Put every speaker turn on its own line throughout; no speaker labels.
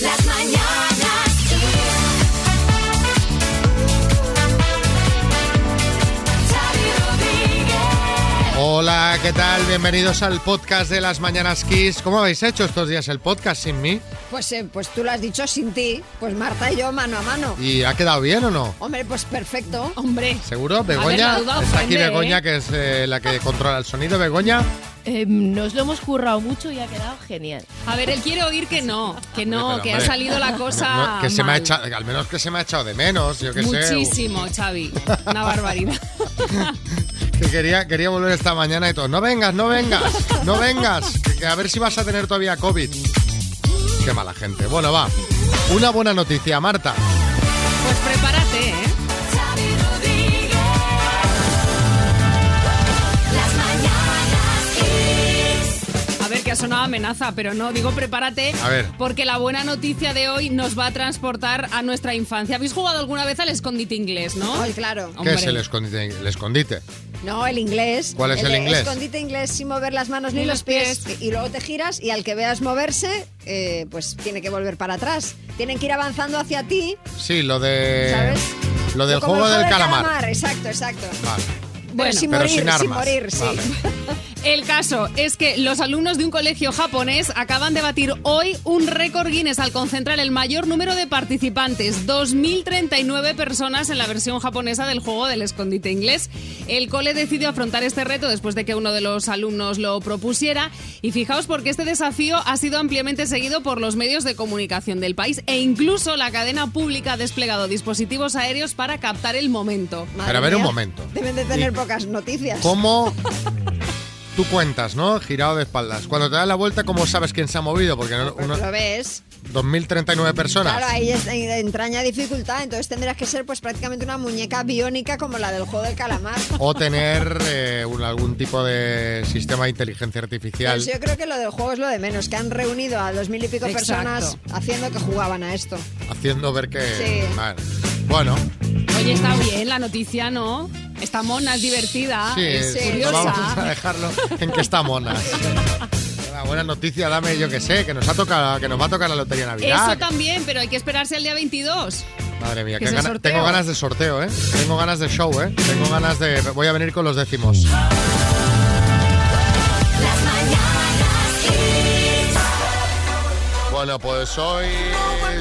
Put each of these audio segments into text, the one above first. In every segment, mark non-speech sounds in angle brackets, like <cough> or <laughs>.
Las mañanas Xavi Rodríguez.
Hola, ¿qué tal? Bienvenidos al podcast de las Mañanas Kiss. ¿Cómo habéis hecho estos días el podcast sin mí?
Pues, eh, pues tú lo has dicho sin ti, pues Marta y yo mano a mano.
¿Y ha quedado bien o no?
Hombre, pues perfecto.
Hombre,
¿Seguro?
A
¿Begoña?
ver, la duda
Está aquí
ofende,
Begoña,
¿eh?
que es eh, la que controla el sonido. Begoña,
Eh, nos lo hemos currado mucho y ha quedado genial.
a ver, él quiere oír que no, que no,
Hombre, pero,
que
hombre.
ha salido la cosa.
no, que se me ha
mal.
echado, al menos que se me ha echado de menos, yo que
Muchísimo, Xavi. Una barbaridad.
sé. Que quería, quería volver esta mañana y todo. No vengas, no vengas, no
<laughs>
vengas. que- que a ver si vas a tener todavía COVID. Qué mala gente. Bueno, va. Una buena noticia, Marta.
Pues prepárate, ¿eh?
Xavi Rodríguez. Las mañanas Kiss.
A ver, que ha sonado amenaza, pero no, digo prepárate.
A ver.
Porque la buena noticia de hoy nos va a transportar a nuestra infancia. ¿Habéis jugado alguna vez al escondite inglés, no?
Ay, claro.
¿Qué es el escondite? El escondite.
No, el inglés.
¿Cuál es el
de
inglés?
Escondite inglés sin mover las manos ni,
Ni
los
los
pies.
pies.
Y luego te giras y al que veas moverse, eh, pues tiene que volver para atrás. Tienen que ir avanzando hacia ti,
Sí, lo de.
¿sabes?
Lo del
como el
juego del calamar.
Exacto, exacto.
Vale.
Pero
Bueno.
sin
Pero
morir,
sin
sin,
armas.
morir, sí.
Vale.
El caso es que los alumnos de un colegio japonés acaban de batir hoy un récord Guinness al concentrar el mayor número de participantes, 2.039 personas en la versión japonesa del juego del escondite inglés. El cole decidió afrontar este reto después de que uno de los alumnos lo propusiera y fijaos porque este desafío ha sido ampliamente seguido por los medios de comunicación del país e incluso la cadena pública ha desplegado dispositivos aéreos para captar el momento.
Madre
Pero a ver un
mía,
momento.
Deben de tener
¿Y
pocas noticias.
¿Cómo
<laughs>
tú cuentas, no? Girado de espaldas. Cuando te das la vuelta, ¿cómo sabes quién se ha movido? Porque no-
Pues
uno-
lo ves.
2039 personas.
Claro, ahí es- ahí entraña dificultad, entonces tendrás que ser pues prácticamente una muñeca biónica como la del juego del calamar.
O tener eh, un- algún tipo de sistema de inteligencia artificial.
Pues yo creo que lo del juego es lo de menos, que han reunido a dos mil y pico
Exacto.
personas haciendo que jugaban a esto.
Haciendo ver que.
Sí.
Vale. Bueno,
Oye, está bien la noticia, ¿no? Está mona, es divertida,
sí,
es
sí,
curiosa.
vamos a dejarlo en que está mona. La buena noticia, dame yo que sé, que nos ha tocado, que nos va a tocar la lotería de navidad.
Eso también, pero hay que esperarse al día 22.
Madre mía,
Que
qué
es el
gana-
sorteo.
tengo ganas de sorteo, ¿eh? Tengo ganas de show, ¿eh? Tengo ganas de... Voy a venir con los décimos.
Las mañanas Kiss.
Bueno, pues hoy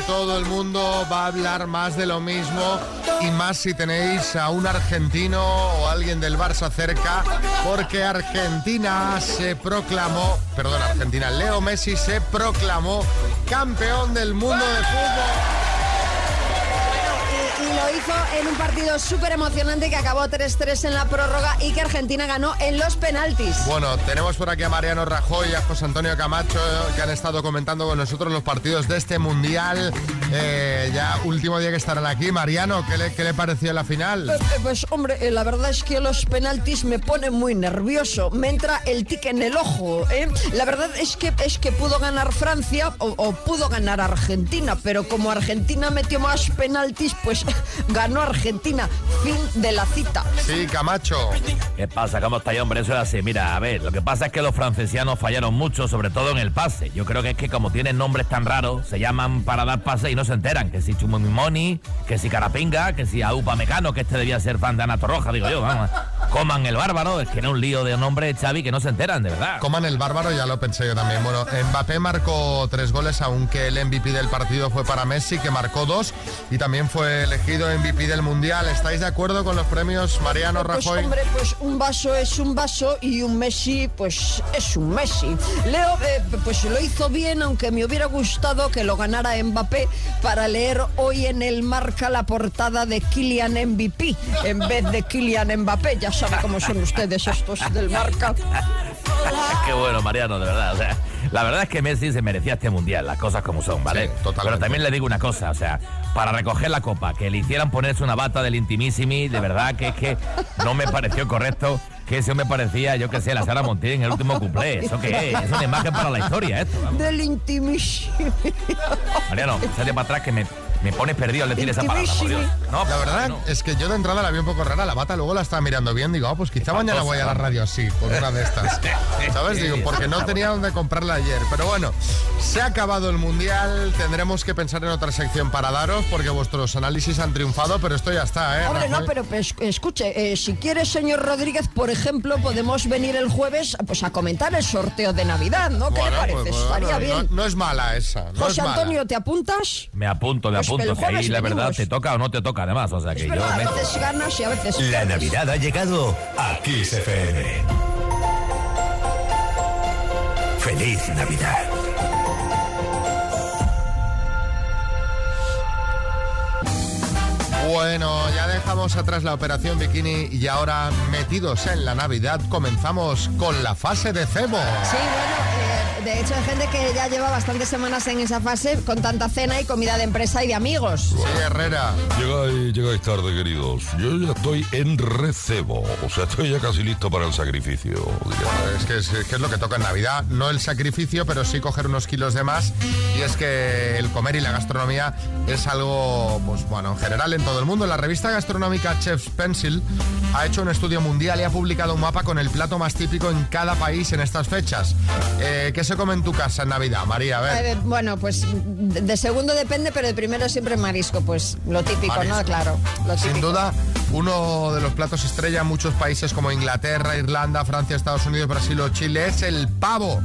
todo el mundo va a hablar más de lo mismo y más si tenéis a un argentino o alguien del Barça cerca, porque Argentina se proclamó, perdón, Argentina, Leo Messi se proclamó campeón del mundo de fútbol.
Eh, Y, y lo hizo en un partido súper emocionante que acabó 3-3 en la prórroga y que Argentina ganó en los penaltis.
Bueno, tenemos por aquí a Mariano Rajoy y a José Antonio Camacho que han estado comentando con nosotros los partidos de este mundial. Eh, ya último día que estarán aquí. Mariano, ¿qué le, qué le pareció la final?
Eh, Pues hombre, eh, la verdad es que los penaltis me ponen muy nervioso. Me entra el tic en el ojo. ¿eh? La verdad es que es que pudo ganar Francia o, o pudo ganar Argentina, pero como Argentina metió más penaltis, pues <laughs> ganó Argentina. Fin de la cita.
Sí, Camacho.
¿Qué pasa? ¿Cómo estáis, hombre? Eso es así. Mira, a ver, lo que pasa es que los francesianos fallaron mucho, sobre todo en el pase. Yo creo que es que como tienen nombres tan raros, se llaman para dar pase y no se enteran. Que si Chumumimoni, que si Carapinga, que si Aupa Mecano, que este debía ser fan de Ana Torroja, digo yo, vamos. Coman el bárbaro, es que era un lío de nombres, Xavi, que no se enteran, de verdad.
Coman el bárbaro, ya lo pensé yo también. Bueno, Mbappé marcó tres goles, aunque el MVP del partido fue para Messi, que marcó dos, y también fue elegido MVP del Mundial. ¿Estáis de acuerdo con los premios Mariano
Pues
Rajoy?
hombre, pues un vaso es un vaso y un Messi, pues es un Messi. Leo, eh, pues lo hizo bien, aunque me hubiera gustado que lo ganara Mbappé para leer hoy en el marca la portada de Kylian MVP en vez de Kylian Mbappé. Ya sabe cómo son ustedes estos del marca.
Qué bueno, Mariano, de verdad. O sea, la verdad es que Messi se merecía este mundial, las cosas como son, ¿vale?
Sí, totalmente.
Pero también le digo una cosa, o sea, para recoger la copa, que le hicieran ponerse una bata del Intimissimi, de verdad que es que no me pareció correcto. Que ese me parecía, yo qué sé, la Sara Montiel en el último cumple. Eh, ¿Eso qué es? Es una imagen para la historia, esto. vamos.
Del intimísimo.
Mariano, sale para atrás que me, Me pones perdido al decir esa palabra, por Dios. No,
La verdad
no.
es que yo de entrada la vi un poco rara, la bata luego la estaba mirando bien, digo, ah, pues quizá mañana voy a la radio así, por una de
<laughs>
estas. ¿Sabes? Digo, porque no tenía dónde comprarla ayer. Pero bueno, se ha acabado el Mundial, tendremos que pensar en otra sección para daros, porque vuestros análisis han triunfado, pero esto ya está, ¿eh?
Hombre, no,
Rafael?
pero pues, escuche, eh, si quiere, señor Rodríguez, por ejemplo, podemos venir el jueves pues, a comentar el sorteo de Navidad, ¿no? ¿Qué
Bueno,
le parece?
pues, bueno,
Estaría
no-
bien.
No, es mala ¿eh? esa. no
José
es mala.
Antonio, ¿te apuntas?
Me apunto, me
Pues que el
apunto. Que
jueves
ahí la verdad
venimos.
te toca o no te toca, además. O sea que
Es
yo
verdad,
me-
a veces ganas y a veces...
La Navidad ha llegado a Kiss FM. Feliz Navidad.
Bueno, ya dejamos atrás la operación bikini y ahora, metidos en la Navidad, comenzamos con la fase de cebo.
Sí, bueno, eh, de hecho hay gente que ya lleva bastantes semanas en esa fase con tanta cena y comida de empresa y de amigos.
Sí, Herrera.
Llegáis, llegáis tarde, queridos. Yo ya estoy en recebo. O sea, estoy ya casi listo para el sacrificio. diría.
Es que, es que es lo que toca en Navidad, no el sacrificio, pero sí coger unos kilos de más. Y es que el comer y la gastronomía es algo, pues bueno, en general en todo el mundo. La revista gastronómica Chef's Pencil ha hecho un estudio mundial y ha publicado un mapa con el plato más típico en cada país en estas fechas. Eh, ¿Qué se come en tu casa en Navidad, María? A ver.
Eh, bueno, pues de, de segundo depende, pero de primero siempre marisco, pues lo típico, ¿no?
Marisco.
Claro, lo
Sin
típico.
duda, uno de los platos estrella en muchos países como Inglaterra, Irlanda, Francia, Estados Unidos, Brasil o Chile es el pavo.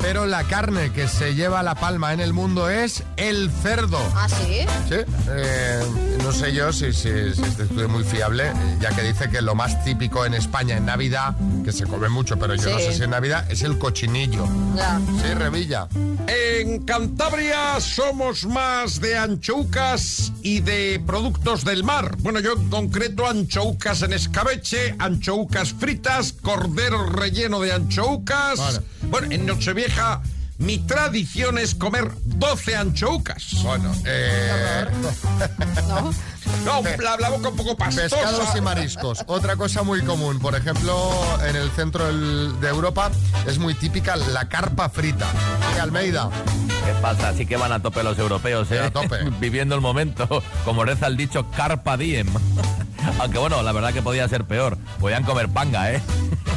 Pero la carne que se lleva la palma en el mundo es el cerdo.
¿Ah, sí?
Sí, eh, no sé yo si, si- si este estudio es muy fiable, eh, ya que dice que lo más típico en España en Navidad, que se come mucho, pero yo no
Sí.
sé si en Navidad, es el cochinillo.
Ya.
Sí, Revilla.
En Cantabria somos más de anchoucas y de productos del mar. Bueno, yo en concreto anchoucas en escabeche, anchoucas fritas, cordero relleno de anchoucas.
Vale.
Bueno, en Nochevieja mi tradición es comer 12 anchoucas.
Bueno, eh,
<laughs> No, la, la boca un poco pastosa.
Pescados y mariscos. Otra cosa muy común, por ejemplo, en el centro del- de Europa es muy típica la carpa frita. Sí, Almeida.
¿Qué pasa? Así que van a tope los europeos, ¿eh?
A tope.
<laughs> Viviendo el momento, como reza el dicho, carpa diem. <laughs> Aunque bueno, la verdad que podía ser peor. Podían comer panga, ¿eh?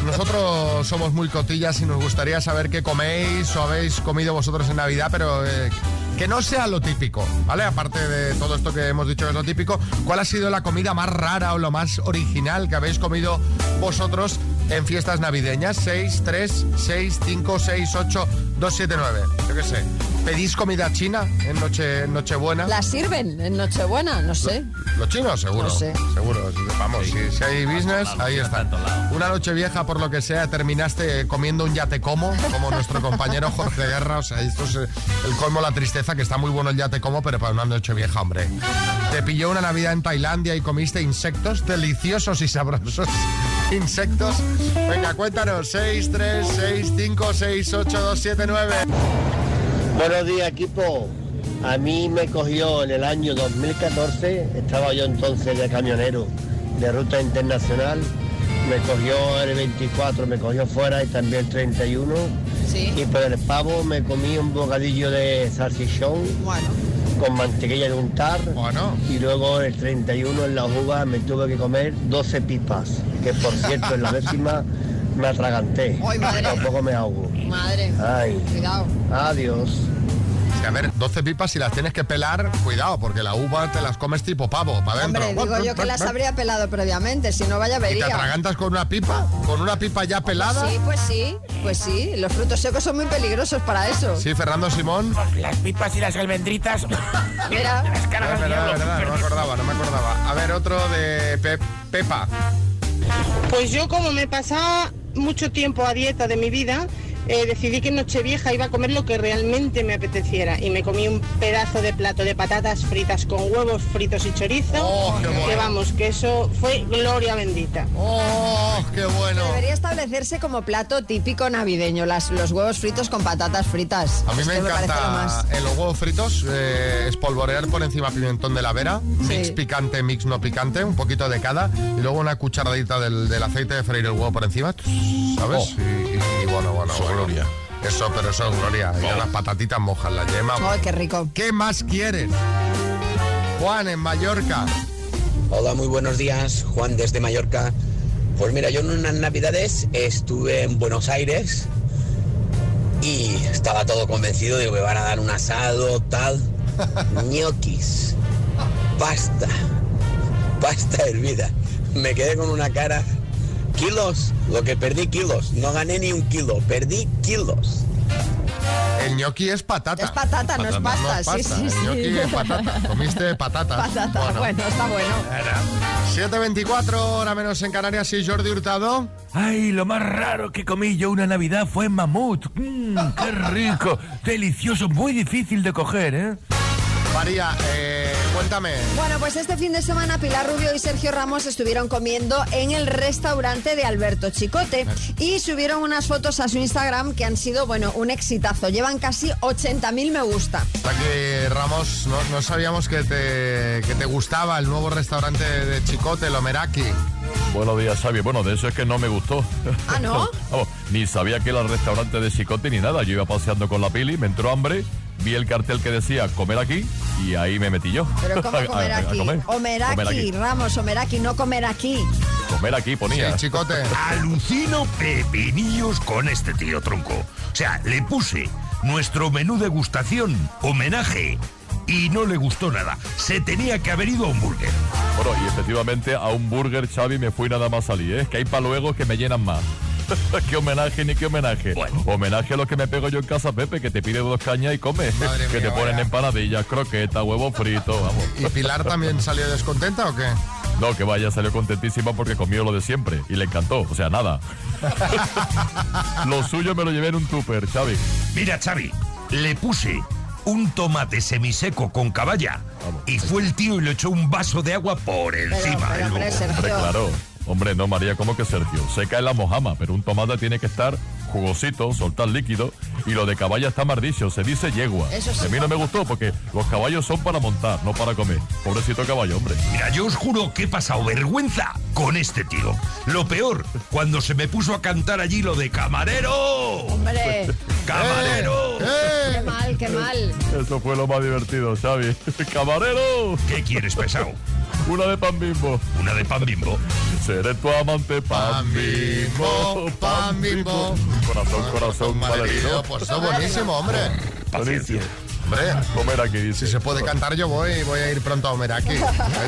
Nosotros somos muy cotillas y nos gustaría saber qué coméis o habéis comido vosotros en Navidad, pero eh, que no sea lo típico, ¿vale? Aparte de todo esto que hemos dicho que es lo típico, ¿cuál ha sido la comida más rara o lo más original que habéis comido vosotros en fiestas navideñas? 6, 3, 6, 5, 6, 8, 2, 7, 9. Yo qué sé. ¿Pedís comida china en, noche, en Nochebuena?
¿La sirven en Nochebuena? No sé.
Los chinos, seguro.
No sé.
Seguro. Vamos, si, si hay business, ahí está. Una noche vieja, por lo que sea, terminaste eh, comiendo un yate como, como
<laughs>
nuestro compañero Jorge Guerra. O sea, esto es eh, el colmo, la tristeza, que está muy bueno el yate como, pero para una noche vieja, hombre. Te pilló una Navidad en Tailandia y comiste insectos deliciosos y sabrosos. <laughs> Insectos. Venga, cuéntanos. 6, 3, 6, 5, 6, 8, 2, 7, 9.
Buenos días, equipo. A mí me cogió en el año 2014, estaba yo entonces de camionero de ruta internacional. Me cogió el 24, me cogió fuera y también el 31.
Sí.
Y por el pavo me comí un bocadillo de salchichón
Bueno.
con mantequilla de untar.
Bueno.
Y luego el 31 en la uvas me tuve que comer 12 pipas, que por cierto en la décima me atraganté.
Ay, madre.
Tampoco me ahogo.
Madre.
Ay,
Cuidado.
adiós.
Sí, a ver, 12 pipas si las tienes que pelar, cuidado, porque la uva te las comes tipo pavo, para adentro.
Hombre, digo yo que las habría pelado previamente, si no vaya
¿Y te
vería.
atragantas con una pipa? ¿Con una pipa ya pelada?
Sí, pues sí, pues sí. Los frutos secos son muy peligrosos para eso.
Sí, Fernando Simón.
Las pipas y
<laughs>
las almendritas. <laughs>
Mira.
Las
No,
caras
es
al
verdad,
diablo.
es verdad, no me acordaba, no me acordaba. A ver, otro de Pe- Pepa.
Pues yo como me pasaba mucho tiempo a dieta de mi vida, eh, decidí que en Nochevieja iba a comer lo que realmente me apeteciera y me comí un pedazo de plato de patatas fritas con huevos fritos y chorizo.
¡Oh, qué bueno!
Que vamos, que eso fue gloria bendita.
¡Oh, qué bueno!
Debería establecerse como plato típico navideño, las, los huevos fritos con patatas fritas.
A mí
Es
me
que parece lo
encanta
más.
en los huevos fritos eh, espolvorear por encima pimentón de la vera, mix picante, mix no picante, un poquito de cada, y luego una cucharadita del, del aceite de freír el huevo por encima, ¿sabes?
Oh.
Y, y bueno, bueno,
Eso es
bueno.
gloria. Oh.
Eso, pero eso es gloria. Y ya las patatitas mojan la yema.
Ay, qué rico.
¿Qué más quieres? Juan en Mallorca.
Hola, muy buenos días, Juan desde Mallorca. Pues mira, yo en unas navidades estuve en Buenos Aires y estaba todo convencido de que me van a dar un asado,
<laughs>
tal. ñoquis, pasta, pasta hervida. Me quedé con una cara, kilos, lo que perdí kilos, no gané ni un kilo, perdí kilos.
El ñoqui es patata.
Es patata, no es pasta, sí, sí,
El
sí.
ñoqui es patata.
<laughs>
Comiste Este, patatas.
Patata, bueno, está bueno.
Era. 7.24, hora menos en Canarias y Jordi Hurtado.
Ay, lo más raro que comí yo una Navidad fue en mamut. Mmm,
<laughs>
qué rico, delicioso, muy difícil de coger, ¿eh?
María, eh, cuéntame.
Bueno, pues este fin de semana Pilar Rubio y Sergio Ramos estuvieron comiendo en el restaurante de Alberto Chicote y subieron unas fotos a su Instagram que han sido, bueno, un exitazo. Llevan casi 80.000 me gusta.
Hasta que Ramos, no, no sabíamos que te, que te gustaba el nuevo restaurante de Chicote, Lomeraki.
Buenos días, Xavi. Bueno, de eso es que no me gustó.
¿Ah, no?
<laughs> Vamos, ni sabía que era el restaurante de Chicote ni nada. Yo iba paseando con la pili, me entró hambre, vi el cartel que decía comer aquí y ahí me metí yo.
Pero
<laughs>
<laughs>
¿cómo
A- a-
comer
a
aquí?
comer. Comer
Omeraki,
aquí.
Ramos, Omeraki, no comer aquí.
Comer aquí, ponía.
Chicote.
Alucino pepinillos con este tío tronco. O sea, le puse nuestro menú degustación, homenaje, y no le gustó nada. Se tenía que haber ido a un burger.
Bueno, y efectivamente a un burger, Xavi, me fui nada más salir, ¿eh? Que hay para luego que me llenan más. <laughs> qué homenaje ni qué homenaje. Homenaje a lo que me pego yo en casa, Pepe, que te pide dos cañas y come. <laughs> que te ponen empanadillas, croquetas, huevo frito, vamos.
¿Y Pilar también salió descontenta o qué?
No, que vaya, salió contentísima porque comió lo de siempre y le encantó, o sea, nada. lo suyo me lo llevé en un tupper, Xavi.
Mira, Xavi, le puse un tomate semiseco con caballa y fue el tío y le echó un vaso de agua por encima. del
hombre,
bobo.
Hombre, claro. Hombre, no, María, ¿cómo que Sergio? Seca es la mojama, pero un tomate tiene que estar jugosito, soltar líquido, y lo de caballa está mardicho, se dice yegua.
Eso sí.
A mí no me gustó porque los caballos son para montar, no para comer. Pobrecito caballo, hombre.
Mira, yo os juro que he pasado vergüenza con este tío. Lo peor, cuando se me puso a cantar allí lo de camarero.
<laughs>
Hombre,
Eh,
¡Camarero!
qué mal, qué mal.
Eso fue lo más divertido, Xavi. <laughs> ¡Camarero!
¿Qué quieres, pesado?
Una de pan bimbo.
Una de pan bimbo.
Seré tu amante, pan bimbo. Pan bimbo. Corazón, corazón, malherido.
Pues está buenísimo, hombre.
Buenísimo. Comer aquí, dice.
Si se puede cantar, yo voy voy a ir pronto a Omeraki. Eh,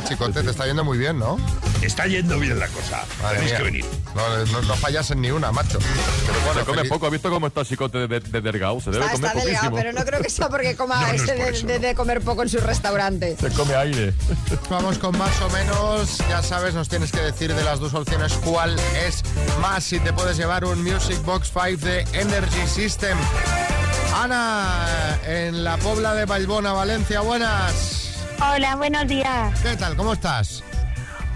Chicote, te está yendo muy bien, ¿no?
Está yendo bien la cosa.
Madre
Tenéis
mía.
que venir.
No, no, no fallas en ni una, macho. Pero
se come poco, ¿has visto cómo está Chicote de, de- de delgado? Se debe
Está,
comer
está delgado,
poquísimo.
pero no creo que sea
<laughs>
porque coma ese de, de- de comer poco en su restaurante.
Se come aire. <laughs>
Vamos con más o menos. Ya sabes, nos tienes que decir de las dos opciones cuál es más. Si te puedes llevar un Music Box 5 de Energy System. Ana, en la Pobla de Balbona, Valencia, buenas.
Hola, buenos días.
¿Qué tal? ¿Cómo estás?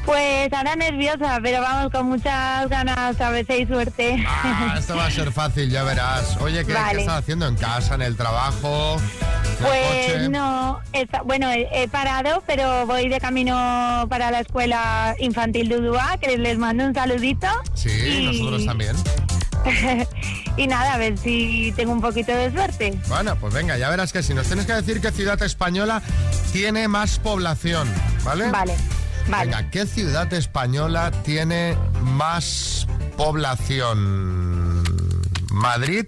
Pues ahora nerviosa, pero vamos con muchas ganas, a ver si hay suerte.
Ah, esto
<laughs>
va a ser fácil, ya verás. Oye, ¿qué, qué
Vale.
estás haciendo en casa, en el trabajo? en el coche?
Pues no, está- bueno, he, he parado, pero voy de camino para la escuela infantil de Udúa, que les mando un saludito. <laughs>
Sí, nosotros también.
y nada, a ver si tengo un poquito de suerte.
Bueno, pues venga, ya verás que si nos tienes que decir qué ciudad española tiene más población, ¿vale?
Vale,
vale. Venga, ¿qué ciudad española tiene más población? ¿Madrid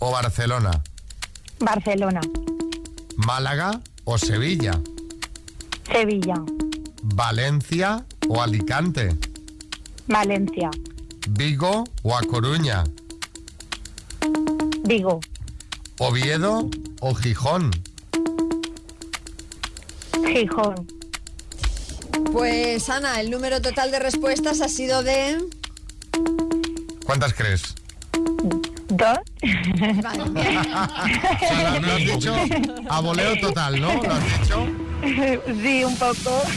o Barcelona?
Barcelona,
¿Málaga o Sevilla?
Sevilla,
¿Valencia o Alicante?
Valencia,
¿Vigo o A Coruña? <laughs>
Vigo, <laughs>
¿Oviedo o Gijón?
Gijón.
Pues Ana, el número total de respuestas ha sido de...
¿Cuántas crees?
Dos.
Lo- lo has dicho a voleo total, ¿no? Lo has dicho.
<laughs> sí, un poco.
<laughs>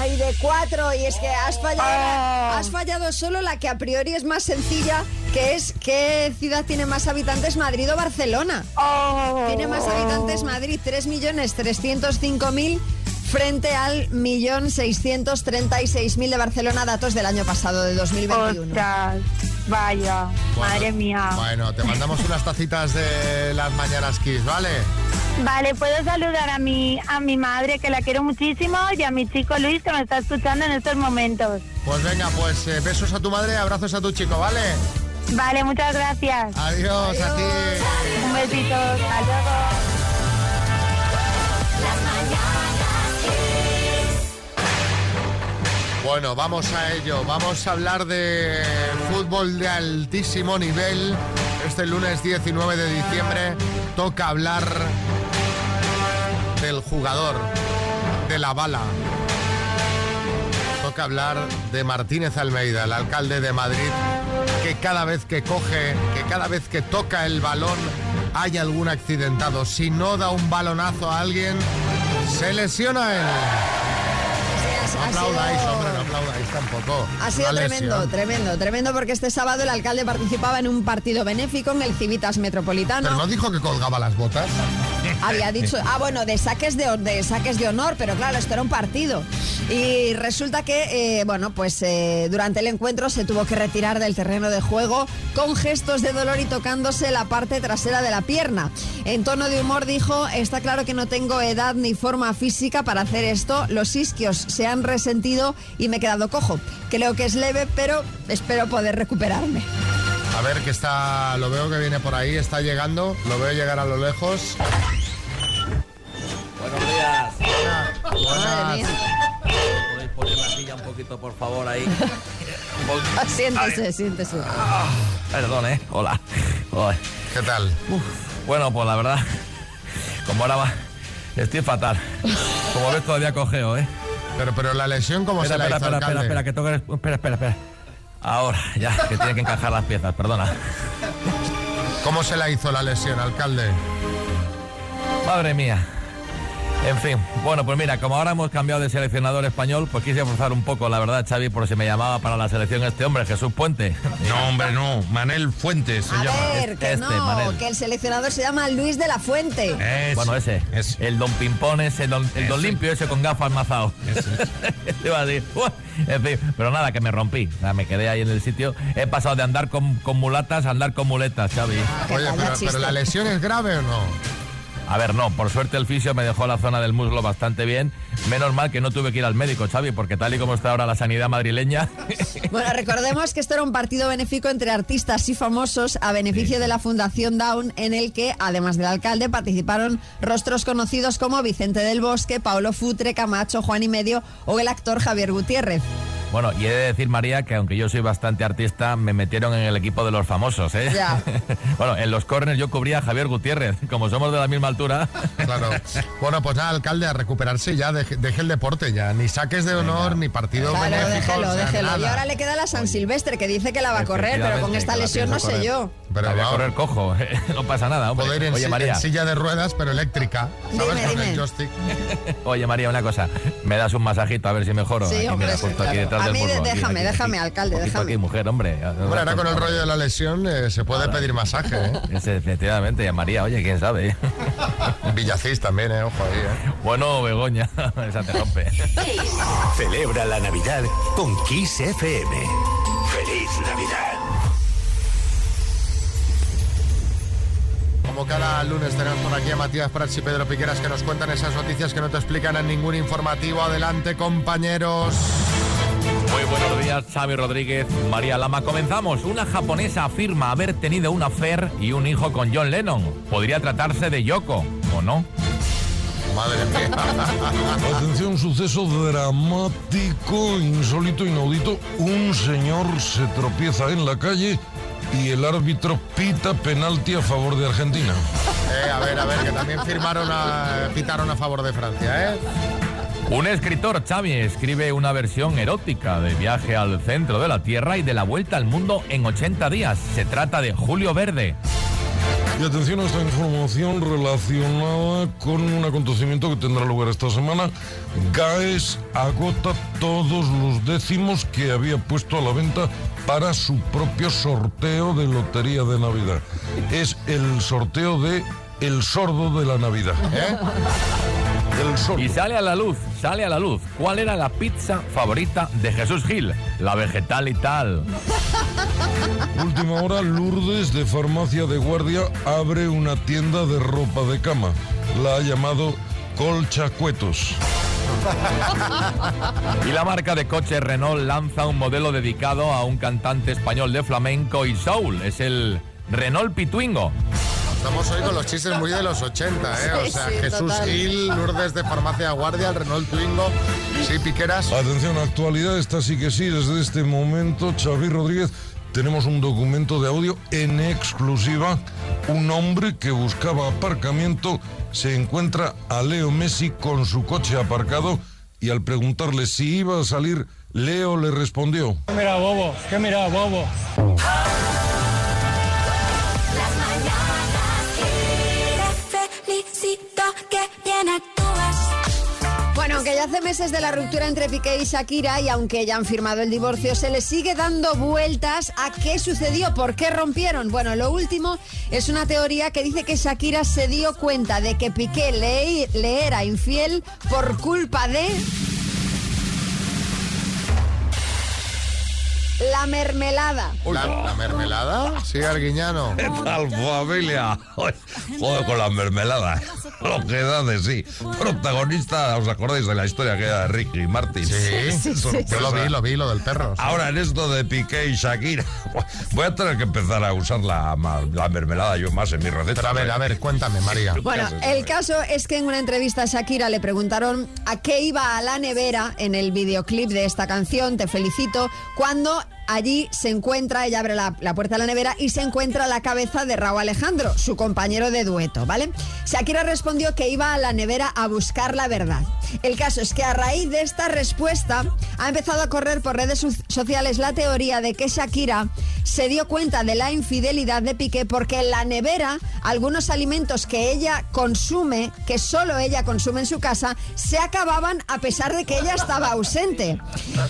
Ay, de cuatro, y es que has fallado,
Ah.
has fallado solo la que a priori es más sencilla, que es qué ciudad tiene más habitantes, Madrid o Barcelona.
Oh.
tiene más habitantes Madrid, 3.305.000 frente al 1.636.000 de Barcelona, datos del año pasado, de 2021.
Vaya, madre mía.
Bueno, te mandamos unas tacitas de las mañanas Kiss, ¿vale?
Vale, puedo saludar a mi, a mi madre, que la quiero muchísimo, y a mi chico Luis, que me está escuchando en estos momentos.
Pues venga, pues eh, besos a tu madre, abrazos a tu chico, ¿vale?
Vale, muchas gracias.
Adiós, a ti.
Un besito, hasta luego.
Bueno, vamos a ello. Vamos a hablar de fútbol de altísimo nivel. Este lunes 19 de diciembre toca hablar del jugador, de la bala. Toca hablar de Martínez Almeida, el alcalde de Madrid, que cada vez que coge, que cada vez que toca el balón, hay algún accidentado. Si no da un balonazo a alguien, se lesiona él. No
ha
aplaudáis,
sido-
hombre, no aplaudáis tampoco.
Ha sido
Una
tremendo,
lesión.
tremendo, tremendo, porque este sábado el alcalde participaba en un partido benéfico en el Civitas Metropolitano.
Pero no dijo que colgaba
<laughs>
las botas.
Había dicho, ah, bueno, de saques de, de saques de honor, pero claro, esto era un partido. Y resulta que, eh, bueno, pues eh, durante el encuentro se tuvo que retirar del terreno de juego con gestos de dolor y tocándose la parte trasera de la pierna. En tono de humor dijo, está claro que no tengo edad ni forma física para hacer esto, los isquios se han resentido y me he quedado cojo. Creo que es leve, pero espero poder recuperarme. <laughs>
A ver, que está. Lo veo que viene por ahí, está llegando. Lo veo llegar a lo lejos.
Buenos días.
Madre mía.
¿Podéis poner la silla un poquito, por
<laughs>
favor, ahí? Un poquito.
Siéntese, siéntese.
Perdón, ¿eh? Hola.
¿Qué tal?
Bueno, pues la verdad, como ahora va, estoy fatal. Como ves, todavía cogeo, ¿eh?
Pero, pero la lesión, ¿cómo
espera,
se la
espera,
hizo,
espera, espera,
alcalde?
espera, que toca... Espera, espera, espera. Ahora, ya, que tiene que encajar las piezas, perdona.
¿Cómo se la hizo la lesión, alcalde?
Madre mía. En fin, bueno, pues mira, como ahora hemos cambiado de seleccionador español, pues quise forzar un poco, la verdad, Xavi, por si me llamaba para la selección este hombre, Jesús Puente.
No, hombre, no. Manel Fuentes se
A
llama.
ver, que
Este,
no,
Manel.
que el seleccionador se llama Luis de la Fuente.
Bueno, ese. El don Pimpón, ese, el don, el don limpio, ese con gafas mazao. <laughs> Te iba a decir, ¡buah! En fin, pero nada, que me rompí. Nada, me quedé ahí en el sitio. He pasado de andar con, con mulatas a andar con muletas, Xavi.
Ah,
Oye, pero, pero la lesión es grave o no?
A ver, no, por suerte el fisio me dejó la zona del muslo bastante bien. Menos mal que no tuve que ir al médico, Xavi, porque tal y como está ahora la sanidad <laughs> madrileña,
Bueno, recordemos que esto era un partido benéfico entre artistas y famosos a beneficio de la Fundación Down, en el que, además del alcalde, participaron rostros conocidos como Vicente del Bosque, Paulo Futre, Camacho, Juan y Medio o el actor Javier Gutiérrez.
Bueno, y he de decir, María, que aunque yo soy bastante artista, me metieron en el equipo de los famosos, ¿eh?
Ya.
<laughs> bueno, en los corners yo cubría a Javier Gutiérrez, como somos de la misma altura. <laughs>
Claro. Bueno, pues nada, alcalde, a recuperarse ya, deje, deje el deporte ya. Ni saques de honor, ni partido
Claro,
benéfico. o
déjalo,
sea,
déjelo. Y
nada.
ahora le queda la San Silvestre, que dice que la va a correr, pero con esta lesión no sé yo.
Pero
voy a
vamos.
correr cojo, no pasa nada, hombre.
Poder en,
Oye,
si-
María.
en silla de ruedas, pero eléctrica.
Dime,
¿Sabes? Con el
dime.
joystick.
<laughs> Oye, María, una cosa. Me das un masajito a ver si mejoro.
Sí,
Aquí,
hombre,
mira,
sí,
justo aquí
claro.
detrás
A
del
mí
muslo, aquí,
déjame,
aquí,
déjame,
aquí.
alcalde,
Un poquito
déjame.
aquí, mujer, hombre.
Hombre, ahora con el rollo de la lesión eh, se puede pedir masaje,
<laughs>
¿eh?
Ese, efectivamente, y a María, oye, quién sabe.
Villacís también, ¿eh? Ojo ahí, ¿eh?
Bueno, Begoña, <laughs> esa te rompe.
<laughs>
Celebra la Navidad con Kiss FM. Feliz Navidad.
Como cada lunes tenemos por aquí a Matías Prats y Pedro Piqueras que nos cuentan esas noticias que no te explican en ningún informativo. Adelante, compañeros.
Muy buenos días, Xavi Rodríguez, María Lama. Comenzamos. Una japonesa afirma haber tenido una affair y un hijo con John Lennon. Podría tratarse de Yoko, ¿o no?
Madre
<laughs> Atención, suceso dramático, insólito, inaudito. Un señor se tropieza en la calle y el árbitro pita penalti a favor de Argentina.
Eh, a ver, a ver, que también firmaron a, pitaron a favor de Francia, ¿eh?
Un escritor, Xavi, escribe una versión erótica de Viaje al centro de la Tierra y de la Vuelta al Mundo en 80 días. Se trata de Julio Verde.
Y atención a esta información relacionada con un acontecimiento que tendrá lugar esta semana. GAES agota todos los décimos que había puesto a la venta para su propio sorteo de Lotería de Navidad. Es el sorteo de El Sordo de la Navidad. ¿eh?
Y sale a la luz, sale a la luz. ¿Cuál era la pizza favorita de Jesús Gil? La vegetal y tal.
Última hora, Lourdes de Farmacia de Guardia abre una tienda de ropa de cama. La ha llamado Colchacuetos.
Y la marca de coches Renault lanza un modelo dedicado a un cantante español de flamenco y soul. Es el Renault Pituingo.
Estamos hoy con los chistes muy de los 80, ¿eh? O
Sí,
sea,
sí,
Jesús
total.
Gil, Lourdes de Farmacia Guardia, el Renault Twingo. Sí, Piqueras.
Atención, actualidad, esta sí que sí, desde este momento, Xavi Rodríguez, tenemos un documento de audio en exclusiva. Un hombre que buscaba aparcamiento se encuentra a Leo Messi con su coche aparcado y al preguntarle si iba a salir, Leo le respondió.
<laughs>
Mira, bobo, que mira, bobo.
Te felicito que bien actúas.
Bueno, aunque ya hace meses de la ruptura entre Piqué y Shakira y aunque ya han firmado el divorcio, se le sigue dando vueltas a qué sucedió, por qué rompieron. Bueno, lo último es una teoría que dice que Shakira se dio cuenta de que Piqué le, le era infiel por culpa de la mermelada.
¿La, la mermelada? Sí, Arguiñano.
¿Qué tal, familia? Hoy Juego con
<laughs>
las mermeladas. Lo que da de sí. Protagonista, ¿os acordáis de la historia que era de Ricky Martin?
Sí, sí, sí. Yo lo vi, lo vi, lo del perro. sí.
Ahora en esto de Piqué y
<laughs>
Shakira, voy a tener que empezar a usar la, ma- la mermelada yo más en mi receta.
Pero a ver, a ver, cuéntame, María.
Bueno, el caso es que en una entrevista a Shakira le preguntaron a qué iba a la nevera en el videoclip de esta canción, Te felicito, cuando allí se encuentra, ella abre la, la puerta de la nevera y se encuentra la cabeza de Raúl Alejandro, su compañero de dueto, ¿vale? Shakira respondió que iba a la nevera a buscar la verdad. El caso es que a raíz de esta respuesta ha empezado a correr por redes so- sociales la teoría de que Shakira se dio cuenta de la infidelidad de Piqué porque en la nevera algunos alimentos que ella consume, que solo ella consume en su casa, se acababan a pesar de que ella estaba ausente.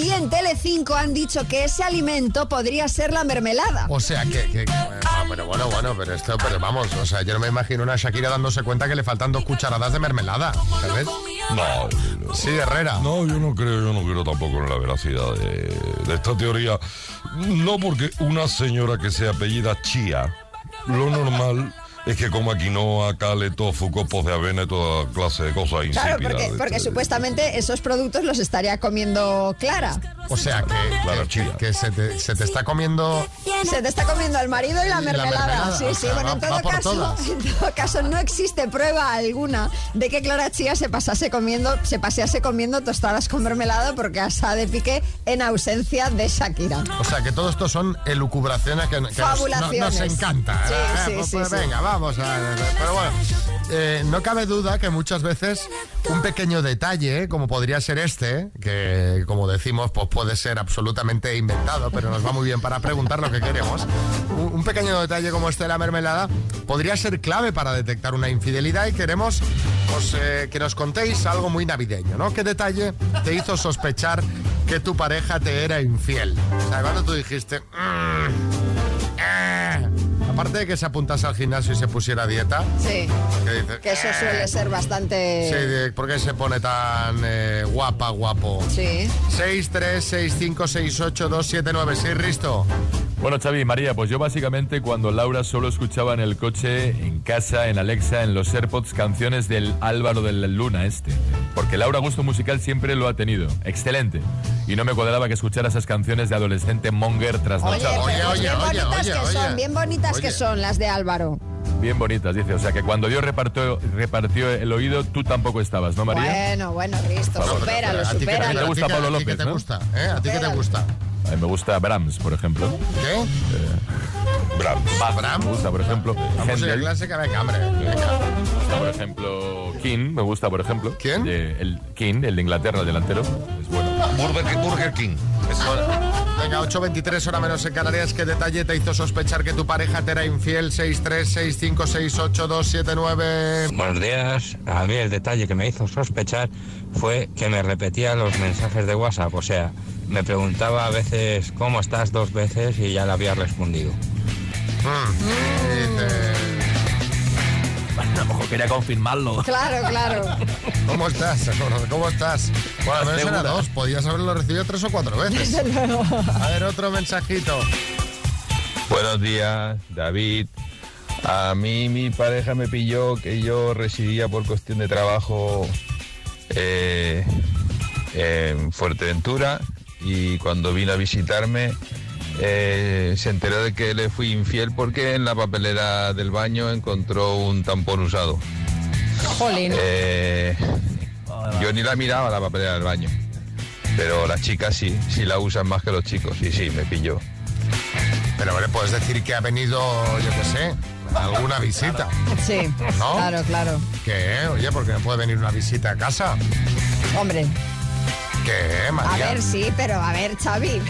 Y en Telecinco han dicho que ese alimento podría ser la mermelada.
O sea, que... que- que- ah, pero bueno, bueno, pero esto, pero vamos, o sea, yo no me imagino una Shakira dándose cuenta que le faltan dos cucharadas de mermelada, ¿sabes?
No.
Sí, Herrera.
No, yo no creo, yo no creo tampoco en la veracidad de, de esta teoría. No porque una señora que se apellida Chía, lo normal es que coma quinoa, cale, tofu, copos de avena y toda clase de cosas
Claro,
insípidas.
porque, porque supuestamente esos productos los estaría comiendo Clara.
O sea, que, que- que se, te, se te está comiendo...
Se te está comiendo el marido y la
Y la
mermelada.
mermelada,
Sí,
o
sí,
sea,
bueno,
va-
en
va
todo,
por
caso,
todas.
en todo caso no existe prueba alguna de que Clara Chía se pasase comiendo, se pasease comiendo tostadas con mermelada por casa de Piqué en ausencia de Shakira.
O sea, que todo esto son elucubraciones que, que nos- nos,
Fabulaciones.
nos encanta.
Sí,
Eh,
sí,
pues,
sí,
pues,
sí.
venga, vamos. a- pero bueno, eh, no cabe duda que muchas veces un pequeño detalle, como podría ser este, que como decimos, pues puede ser absolutamente inventado, pero nos va muy bien para preguntar lo que queremos. Un, un pequeño detalle como este de la mermelada podría ser clave para detectar una infidelidad y queremos pues, eh, que nos contéis algo muy navideño, ¿no? ¿Qué detalle te hizo sospechar que tu pareja te era infiel? O sea, cuando tú dijiste... "Mm, eh", Aparte de que se apuntase al gimnasio y se pusiera a dieta,
Sí,
que dices,
que eso
"Eh".
suele ser
Sí,
bastante...
de- ¿por qué se pone tan eh, guapa, guapo?
Sí.
6, 3, 6, 5, 6, 8, 2, 7, 9. Sí, Risto.
Bueno, Xavi y María, pues yo básicamente cuando Laura solo escuchaba en el coche, en casa, en Alexa, en los AirPods, canciones del Álvaro de la Luna este. Porque Laura gusto musical siempre lo ha tenido. Excelente. Y no me cuadraba que escuchara esas canciones de adolescente monger tras
Oye,
noche.
pero bien bonitas que son, bien bonitas que son las de Álvaro.
Bien bonitas, dice. O sea que cuando Dios repartió, repartió el oído, tú tampoco estabas, ¿no, María?
Bueno, bueno, Risto,
Vamos,
supéralo,
a ti que te-
supéralo.
te gusta
A ti que-
Pablo
a ti que
López,
te
¿no?
gusta, ¿eh? ¿A ti que te
Espera.
gusta?
A mí me gusta Brahms, por ejemplo.
¿Qué?
Brahms. Me gusta, por ejemplo.
Música
Händel.
clásica, venga, hombre. venga.
Me gusta, por ejemplo, King. Me gusta, por ejemplo.
¿Quién?
el King, el de Inglaterra, el delantero. Es bueno.
Burger, Burger King.
Ah. Venga, 8.23 hora menos en Canarias. ¿Qué detalle te hizo sospechar que tu pareja te era infiel? 6, 3, 6, 5, 6, 8, 2, 7, 9.
Buenos días. A mí el detalle que me hizo sospechar fue que me repetía los mensajes de WhatsApp. O sea, me preguntaba a veces cómo estás dos veces y ya le había respondido.
Mm.
Eh,
Bueno, a lo mejor quería confirmarlo.
Claro, claro.
¿Cómo estás? ¿Cómo estás? Bueno, al menos era dos. Podías haberlo recibido tres o cuatro veces.
Desde luego.
A ver, otro mensajito.
Buenos días, David. A mí mi pareja me pilló que yo residía por cuestión de trabajo eh, en Fuerteventura y cuando vino a visitarme eh, se enteró de que le fui infiel porque en la papelera del baño encontró un tampón usado. Eh, yo ni la miraba la papelera del baño, pero las chicas sí, sí la usan más que los chicos y sí, me pilló.
Pero le puedes decir que ha venido, yo qué sé, alguna visita.
Sí,
¿No?
claro, claro.
¿Qué? Oye, porque no puede venir una visita a casa.
Hombre,
¿Qué,
a
María?
ver, sí, pero a ver, Xavi.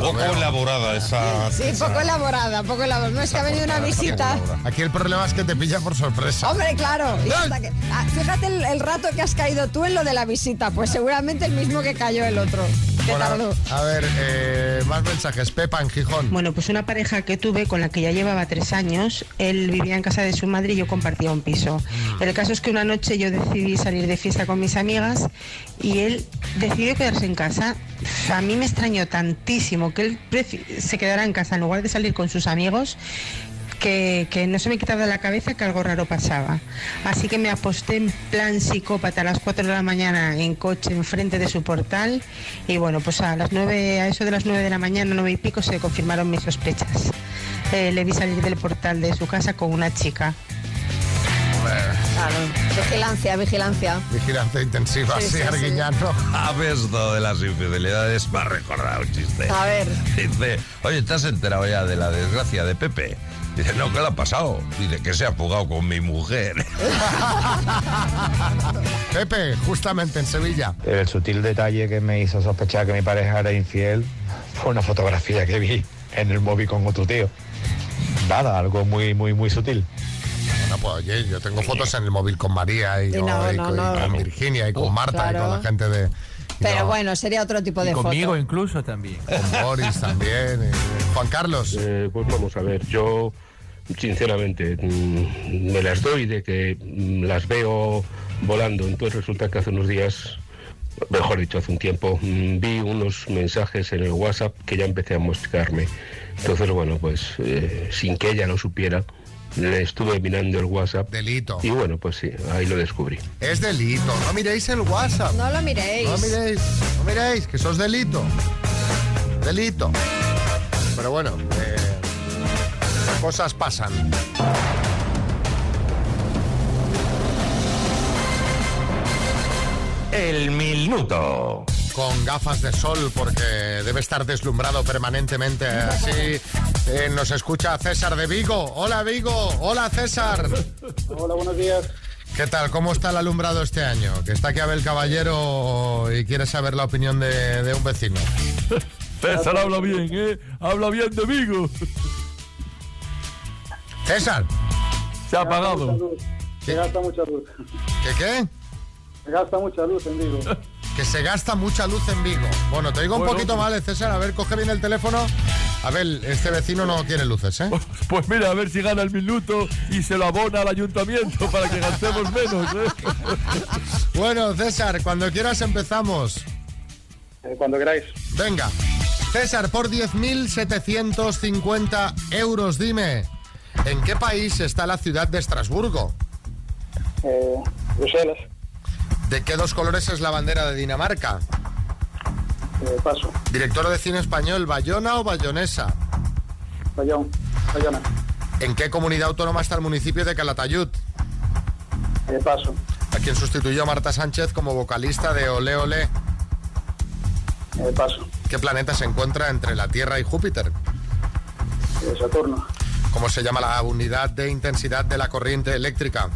Poco elaborada
Pues
esa.
<laughs> Sí, poco elaborada, poco elaborada. No es que ha venido una visita.
Aquí el problema es que te pilla por sorpresa.
Hombre, claro. y hasta que- ah, fíjate el, el rato que has caído tú en lo de la visita. Pues seguramente el mismo que cayó el otro. ¿Qué
Bueno,
tardó?
a ver, eh, más mensajes. Pepa en Gijón.
Bueno, pues una pareja que tuve con la que ya llevaba tres años, él vivía en casa de su madre y yo compartía un piso. El caso es que una noche yo decidí salir de fiesta con mis amigas y él decidió quedarse en casa. A mí me extrañó tantísimo que él prefi- se quedara en casa en lugar de salir con sus amigos. Que, que no se me quitaba de la cabeza que algo raro pasaba. Así que me aposté en plan psicópata a las 4 de la mañana en coche enfrente de su portal y bueno, pues a las 9, a eso de las 9 de la mañana, 9 y pico, se confirmaron mis sospechas. Eh, le vi salir del portal de su casa con una chica.
Claro. Vigilancia, vigilancia.
Vigilancia intensiva,
Sí,
sí,
sí, sí.
Arguiñano.
¿Sabes lo de las infidelidades? Me ha recordado un chiste.
A ver.
Dice, oye, ¿te has enterado ya de la desgracia de Pepe? Dice, no, ¿qué le ha pasado? Dice, que se ha fugado con mi mujer.
<laughs> Pepe, justamente en Sevilla.
El sutil detalle que me hizo sospechar que mi pareja era infiel fue una fotografía que vi en el móvil con otro tío. Nada, algo muy, muy, muy sutil.
No, pues oye, yo tengo fotos en el móvil con María y,
Y no,
y
no,
con- y
no.
con Virginia y con Marta y con
claro.
la gente de.
Pero bueno, sería otro tipo de foto.
incluso también. Con Boris también. y- Juan Carlos.
pues vamos a ver, yo sinceramente mm, me las doy de que mm, las veo volando, entonces resulta que hace unos días, mejor dicho, hace un tiempo, mm, vi unos mensajes en el WhatsApp que ya empecé a mostrarme. Entonces, bueno, pues eh, sin que ella lo supiera, le estuve mirando el WhatsApp.
Delito.
Y bueno, pues sí, ahí lo descubrí.
Es delito. No miréis el WhatsApp.
No lo miréis.
No miréis, no miréis, que eso es delito. Delito. Pero bueno, eh, cosas pasan.
El minuto.
Con gafas de sol, porque debe estar deslumbrado permanentemente. Así eh, nos escucha César de Vigo. Hola, Vigo. Hola, César.
Hola, buenos días.
¿Qué tal? ¿Cómo está el alumbrado este año? Que está aquí Abel Caballero y quiere saber la opinión de, de un vecino.
César habla bien, ¿eh? Habla bien de Vigo.
César.
Se ha apagado.
Se gasta mucha luz.
¿Qué qué?
Se gasta mucha luz en Vigo.
<laughs> Que se gasta mucha luz en Vigo. Bueno, te digo un
Bueno,
poquito
pues-
mal, eh, César. A ver, coge bien el teléfono. A ver, este vecino no quiere luces, ¿eh?
<laughs> Pues mira, a ver si gana el minuto y se lo abona al ayuntamiento para que gastemos menos, ¿eh?
<laughs> Bueno, César, cuando quieras empezamos.
Eh, Cuando queráis.
Venga. César, por 10.750 euros, dime, ¿en qué país está la ciudad de Estrasburgo?
Eh, Bruselas,
¿De qué dos colores es la bandera de Dinamarca?
eh, paso.
Director de cine español, ¿Bayona o Bayonesa?
Bayón, Bayona,
¿En qué comunidad autónoma está el municipio de Calatayud?
eh, paso.
¿A quien sustituyó a Marta Sánchez como vocalista de Ole Ole?
Eh, paso.
¿Qué planeta se encuentra entre la Tierra y Júpiter?
Eh, Saturno,
¿Cómo se llama la unidad de intensidad de la corriente eléctrica?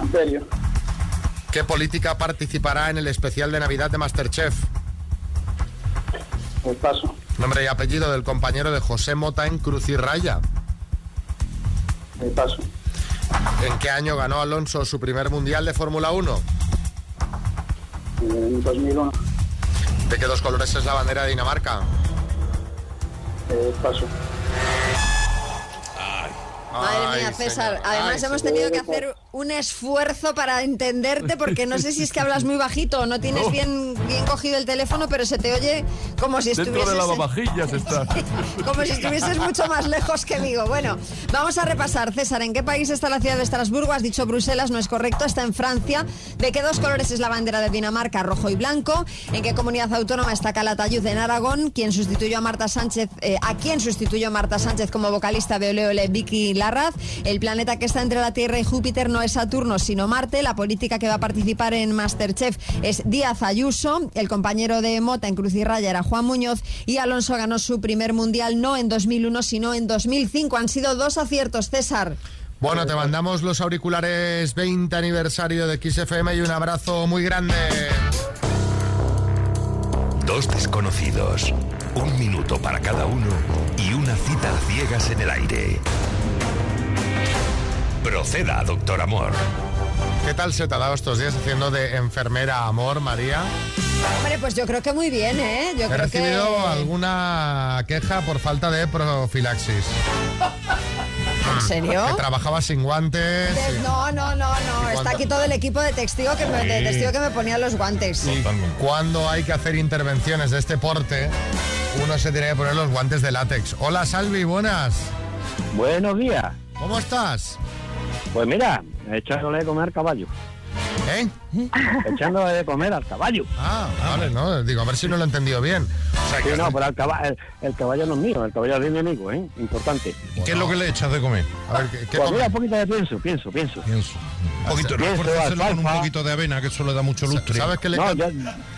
Amperio,
¿Qué política participará en el especial de Navidad de Masterchef?
eh, paso.
Nombre y apellido del compañero de José Mota en Cruz y Raya.
eh, paso.
¿En qué año ganó Alonso su primer mundial de Fórmula 1?
Eh, 2001,
¿De qué dos colores es la bandera de Dinamarca?
eh, paso.
Madre mía,
Ay,
César.
señor.
Además,
Ay,
hemos
señor.
tenido que hacer un esfuerzo para entenderte porque no sé si es que hablas muy bajito o no tienes
No.
bien, bien cogido el teléfono, pero se te oye como si
Dentro
estuvieses...
de lavavajillas está.
<laughs> Como si estuvieses mucho más lejos que Vigo. Bueno, vamos a repasar, César, ¿en qué país está la ciudad de Estrasburgo? Has dicho Bruselas, no es correcto, está en Francia. ¿De qué dos colores es la bandera de Dinamarca, rojo y blanco? ¿En qué comunidad autónoma está Calatayud en Aragón? ¿Quién sustituyó a Marta Sánchez, eh, a quién sustituyó Marta Sánchez como vocalista de Ole Ole Vicky Larraz? El planeta que está entre la Tierra y Júpiter no es Saturno, sino Marte. La política que va a participar en Masterchef es Díaz Ayuso. El compañero de Mota en Cruz y Raya era Juan Muñoz. Y Alonso ganó su primer mundial no en 2001, sino en 2005. Han sido dos aciertos, César.
Bueno, te mandamos los auriculares 20 aniversario de XFM y un abrazo muy grande.
Dos desconocidos, un minuto para cada uno y una cita a ciegas en el aire. Proceda, doctor amor.
¿Qué tal se te ha dado estos días haciendo de enfermera amor, María?
Hombre, pues yo creo que muy bien, ¿eh? Yo
He
creo que...
recibido alguna queja por falta de profilaxis.
¿En serio? Pues
Que trabajaba sin guantes.
De- No, no, no, no.
¿Y
Está
cuánto?
aquí todo el equipo de testigo que me, de
Sí.
testigo que me ponía los guantes.
Y cuando hay que hacer intervenciones de este porte, uno se tiene que poner los guantes de látex. Hola, Salvi, buenas.
Buenos días.
¿Cómo estás?
Pues mira, echándole de comer al caballo.
¿Eh?
Echándole de comer al caballo.
Ah, vale, no, digo, a ver si no lo he entendido bien.
Sí, no, pero el caballo, el, el caballo no es mío, el caballo es de mi amigo, ¿eh? Importante.
¿Qué es lo que le echas de comer?
A ver, ¿qué,
Pues mira, un poquito de pienso, pienso, pienso.
Pienso. Un poquito,
Pienso,
refuérceselo con un
alfalfa.
poquito de avena, que eso le da mucho lustre.
¿Sabes qué le No, can- yo-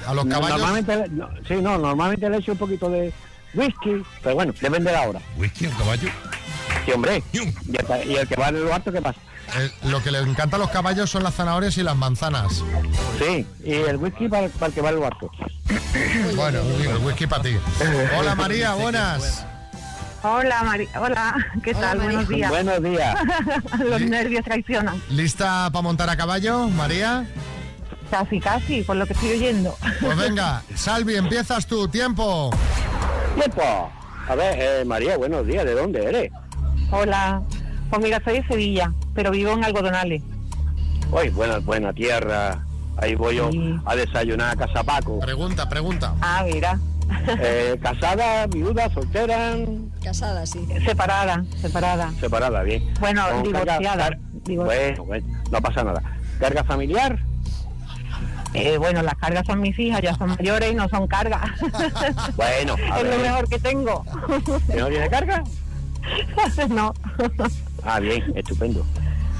A los
No,
caballos.
Normalmente, le- no, sí, no, normalmente le echo un poquito de whisky, pero bueno, depende de la hora.
¿Whisky al caballo?
Sí, hombre. Y el, ca- y el que va en lo alto, ¿qué pasa?
Eh, lo que le encanta a los caballos son las zanahorias y las manzanas.
Sí, y el whisky para, para el que va en lo alto.
Bueno, digo, el whisky para ti. Hola, María, buenas.
Hola, Mari- Hola, ¿qué
Hola,
tal?
María.
Buenos días.
Buenos días.
<laughs> Los nervios traicionan.
¿Lista para montar a caballo, María?
Casi, casi, por lo que estoy oyendo. <laughs>
Pues venga, Salvi, empiezas tú, tiempo.
Tiempo. A ver, eh, María, buenos días, ¿de dónde eres?
<laughs> Hola. Pues mira, soy de Sevilla, pero vivo en Algodonales.
Hoy, buena, buena tierra. Ahí voy yo a desayunar a Casa Paco.
Pregunta, pregunta.
Ah, mira.
Eh, casada, viuda, soltera,
Casada, sí.
Separada, separada.
separada, bien.
Bueno,
Con
divorciada.
carga-
divor-
Bueno, bueno, no pasa nada. ¿Carga familiar?
Eh, bueno, las cargas son mis hijas, ya son mayores y no son cargas.
<laughs> Bueno, a
es lo
ver.
mejor que tengo.
¿Que no tiene carga?
<laughs> no.
Ah, bien, estupendo.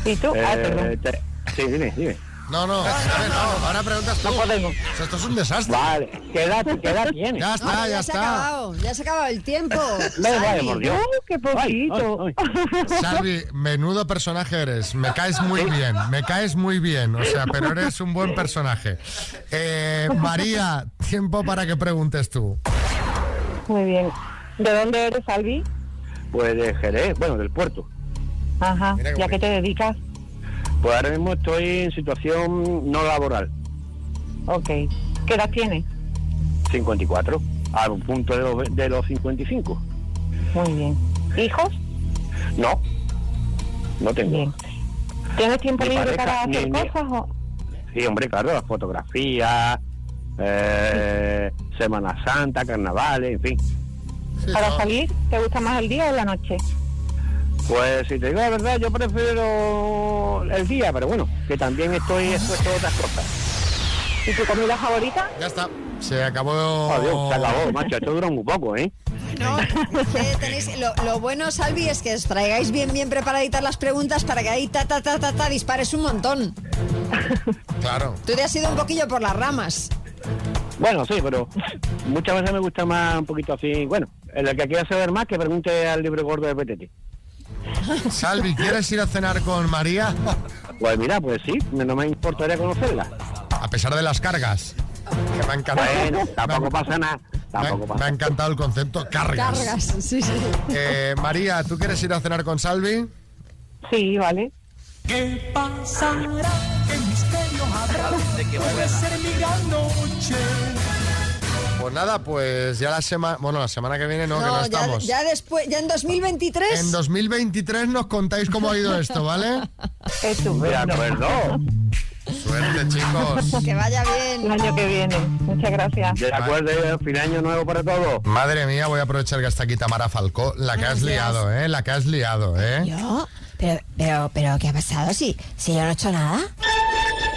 ¿Y tú? Ah, perdón.
Eh, te- Sí, dime, dime.
No, no, a ver, no, ahora preguntas tú. O sea, Esto es un desastre.
Vale, ¿qué edad, qué edad tiene?
Ya
Ah,
está,
pero
ya
se ha
está.
acabado, ya se ha acabado el tiempo.
Vale, vale,
Salvi.
por Dios.
qué
poquito.
Salvi, menudo personaje eres. Me caes muy bien, me caes muy bien. O sea, pero eres un buen personaje. Eh, María, tiempo para que preguntes tú.
Muy bien. ¿De dónde eres, Albi?
Pues de Jerez, bueno, del puerto.
Ajá. ¿Y a qué te dedicas?
Pues ahora mismo estoy en situación no laboral,
Ok. ¿Qué edad tienes?
54, a un punto de los, de los 55.
Muy bien. ¿Hijos?
No, no tengo.
¿Tienes tiempo
Mi
libre
pareja,
para
mi-
hacer
mi-
cosas o...?
Sí, hombre, claro, las fotografías, eh, Semana Santa, carnavales, en fin.
¿Para salir te gusta más el día o la noche?
Pues si te digo la verdad, yo prefiero el día, pero bueno, que también estoy expuesto a otras cosas.
¿Y tu comida favorita?
Ya está. Se acabó.
Adiós, se acabó, macho, esto dura muy poco, ¿eh?
Eh, tenéis- lo, lo bueno, Salvi, es que os traigáis bien, bien preparaditas las preguntas para que ahí ta, ta, ta, ta, ta, dispares un montón.
Claro.
Tú te has ido un poquillo por las ramas.
Bueno, sí, pero muchas veces me gusta más un poquito así. Bueno, el que quiera saber más, que pregunte al libro gordo de PTT.
Salvi, ¿quieres ir a cenar con María?
Pues mira, pues sí, no me importaría conocerla.
A pesar de las cargas. Que me ha encantado.
Bueno, tampoco pasa nada.
Tampoco me, ha encantado el concepto cargas.
sí, sí.
Eh, María, ¿tú quieres ir a cenar con Salvi?
Sí, vale.
¿Qué pasará? ¿Qué misterio habrá? Puede ser mi gran noche.
Pues nada, pues ya la semana. Bueno, la semana que viene no, que no
ya,
estamos.
ya después, ya en 2023.
En 2023 nos contáis cómo ha ido
<laughs>
esto, ¿vale?
De acuerdo.
Suerte, chicos.
Que vaya bien.
El año que viene. Muchas gracias.
De acuerdo, eh, fin año nuevo para todos.
Madre mía, voy a aprovechar que está aquí Tamara Falcó. La que
Gracias.
has liado, ¿eh? La que has liado, ¿eh?
¿Yo? Pero, pero, pero, ¿qué ha pasado? Si, si yo no he hecho nada.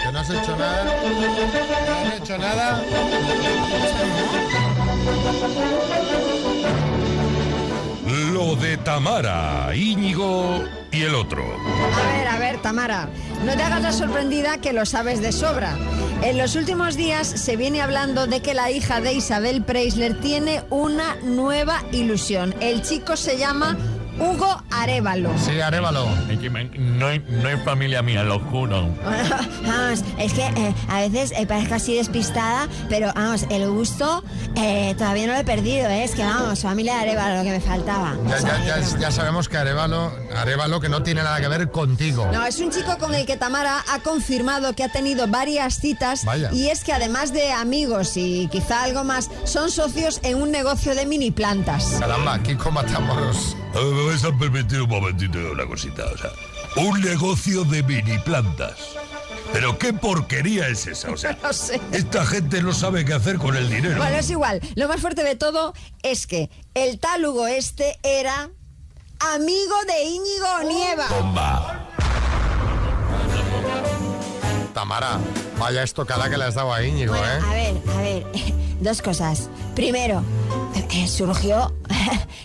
¿Que no has hecho nada? ¿No has hecho nada?
Lo de Tamara, Íñigo y el otro.
A ver, a ver, Tamara, no te hagas la sorprendida que lo sabes de sobra. En los últimos días se viene hablando de que la hija de Isabel Preisler tiene una nueva ilusión. El chico se llama Hugo Arevalo. <laughs>
Sí, Arevalo.
No hay, no hay familia mía, los juro.
vamos, es que eh, a veces eh, parezco así despistada, pero vamos, el gusto eh, todavía no lo he perdido, ¿eh? es que vamos, familia de Areva, lo que me faltaba.
Ya, ya, ya, ya sabemos que Arevalo, Arevalo que no tiene nada que ver contigo.
No, es un chico con el que Tamara ha confirmado que ha tenido varias citas
Vaya.
y es que además de amigos y quizá algo más, son socios en un negocio de mini plantas.
Caramba, Kiko Matamoros.
A ver, me vais a permitir un momentito una cosita, o sea, un negocio de mini plantas. Pero qué porquería es esa, o sea,
<laughs> No sé.
esta gente no sabe qué hacer con el dinero.
Bueno, <laughs> es igual. Lo más fuerte de todo es que el tal Hugo este era amigo de Íñigo Nieva.
Tamara, vaya estocada que le has dado a Íñigo, ¿eh?
A ver, a
<laughs>
ver, dos cosas. Primero, eh,
<laughs>
surgió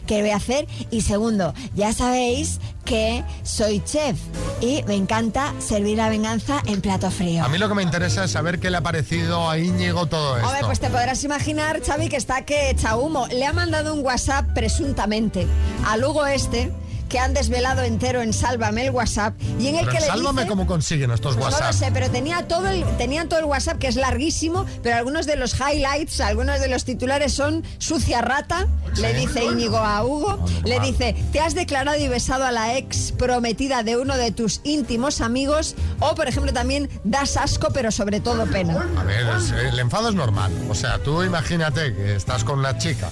que voy a hacer y segundo, ya sabéis que soy chef y me encanta servir la venganza en plato frío.
A mí lo que me interesa es saber qué le ha parecido a Íñigo todo esto.
Hombre, pues te podrás imaginar, Xavi, que está que echa humo. Le ha mandado un WhatsApp presuntamente al Hugo este que han desvelado entero en Sálvame el WhatsApp y en el
Pero
que le
sálvame
dice... Pues
cómo consiguen estos
No
WhatsApp.
lo sé, pero tenía todo el, tenían todo el WhatsApp que es larguísimo, pero algunos de los highlights, algunos de los titulares son sucia rata, le dice Íñigo a Hugo, le dice, te has declarado y besado a la ex prometida de uno de tus íntimos amigos, o por ejemplo también das asco, pero sobre todo pena.
A ver, es- eh, el enfado es normal. O sea, tú imagínate que estás con una chica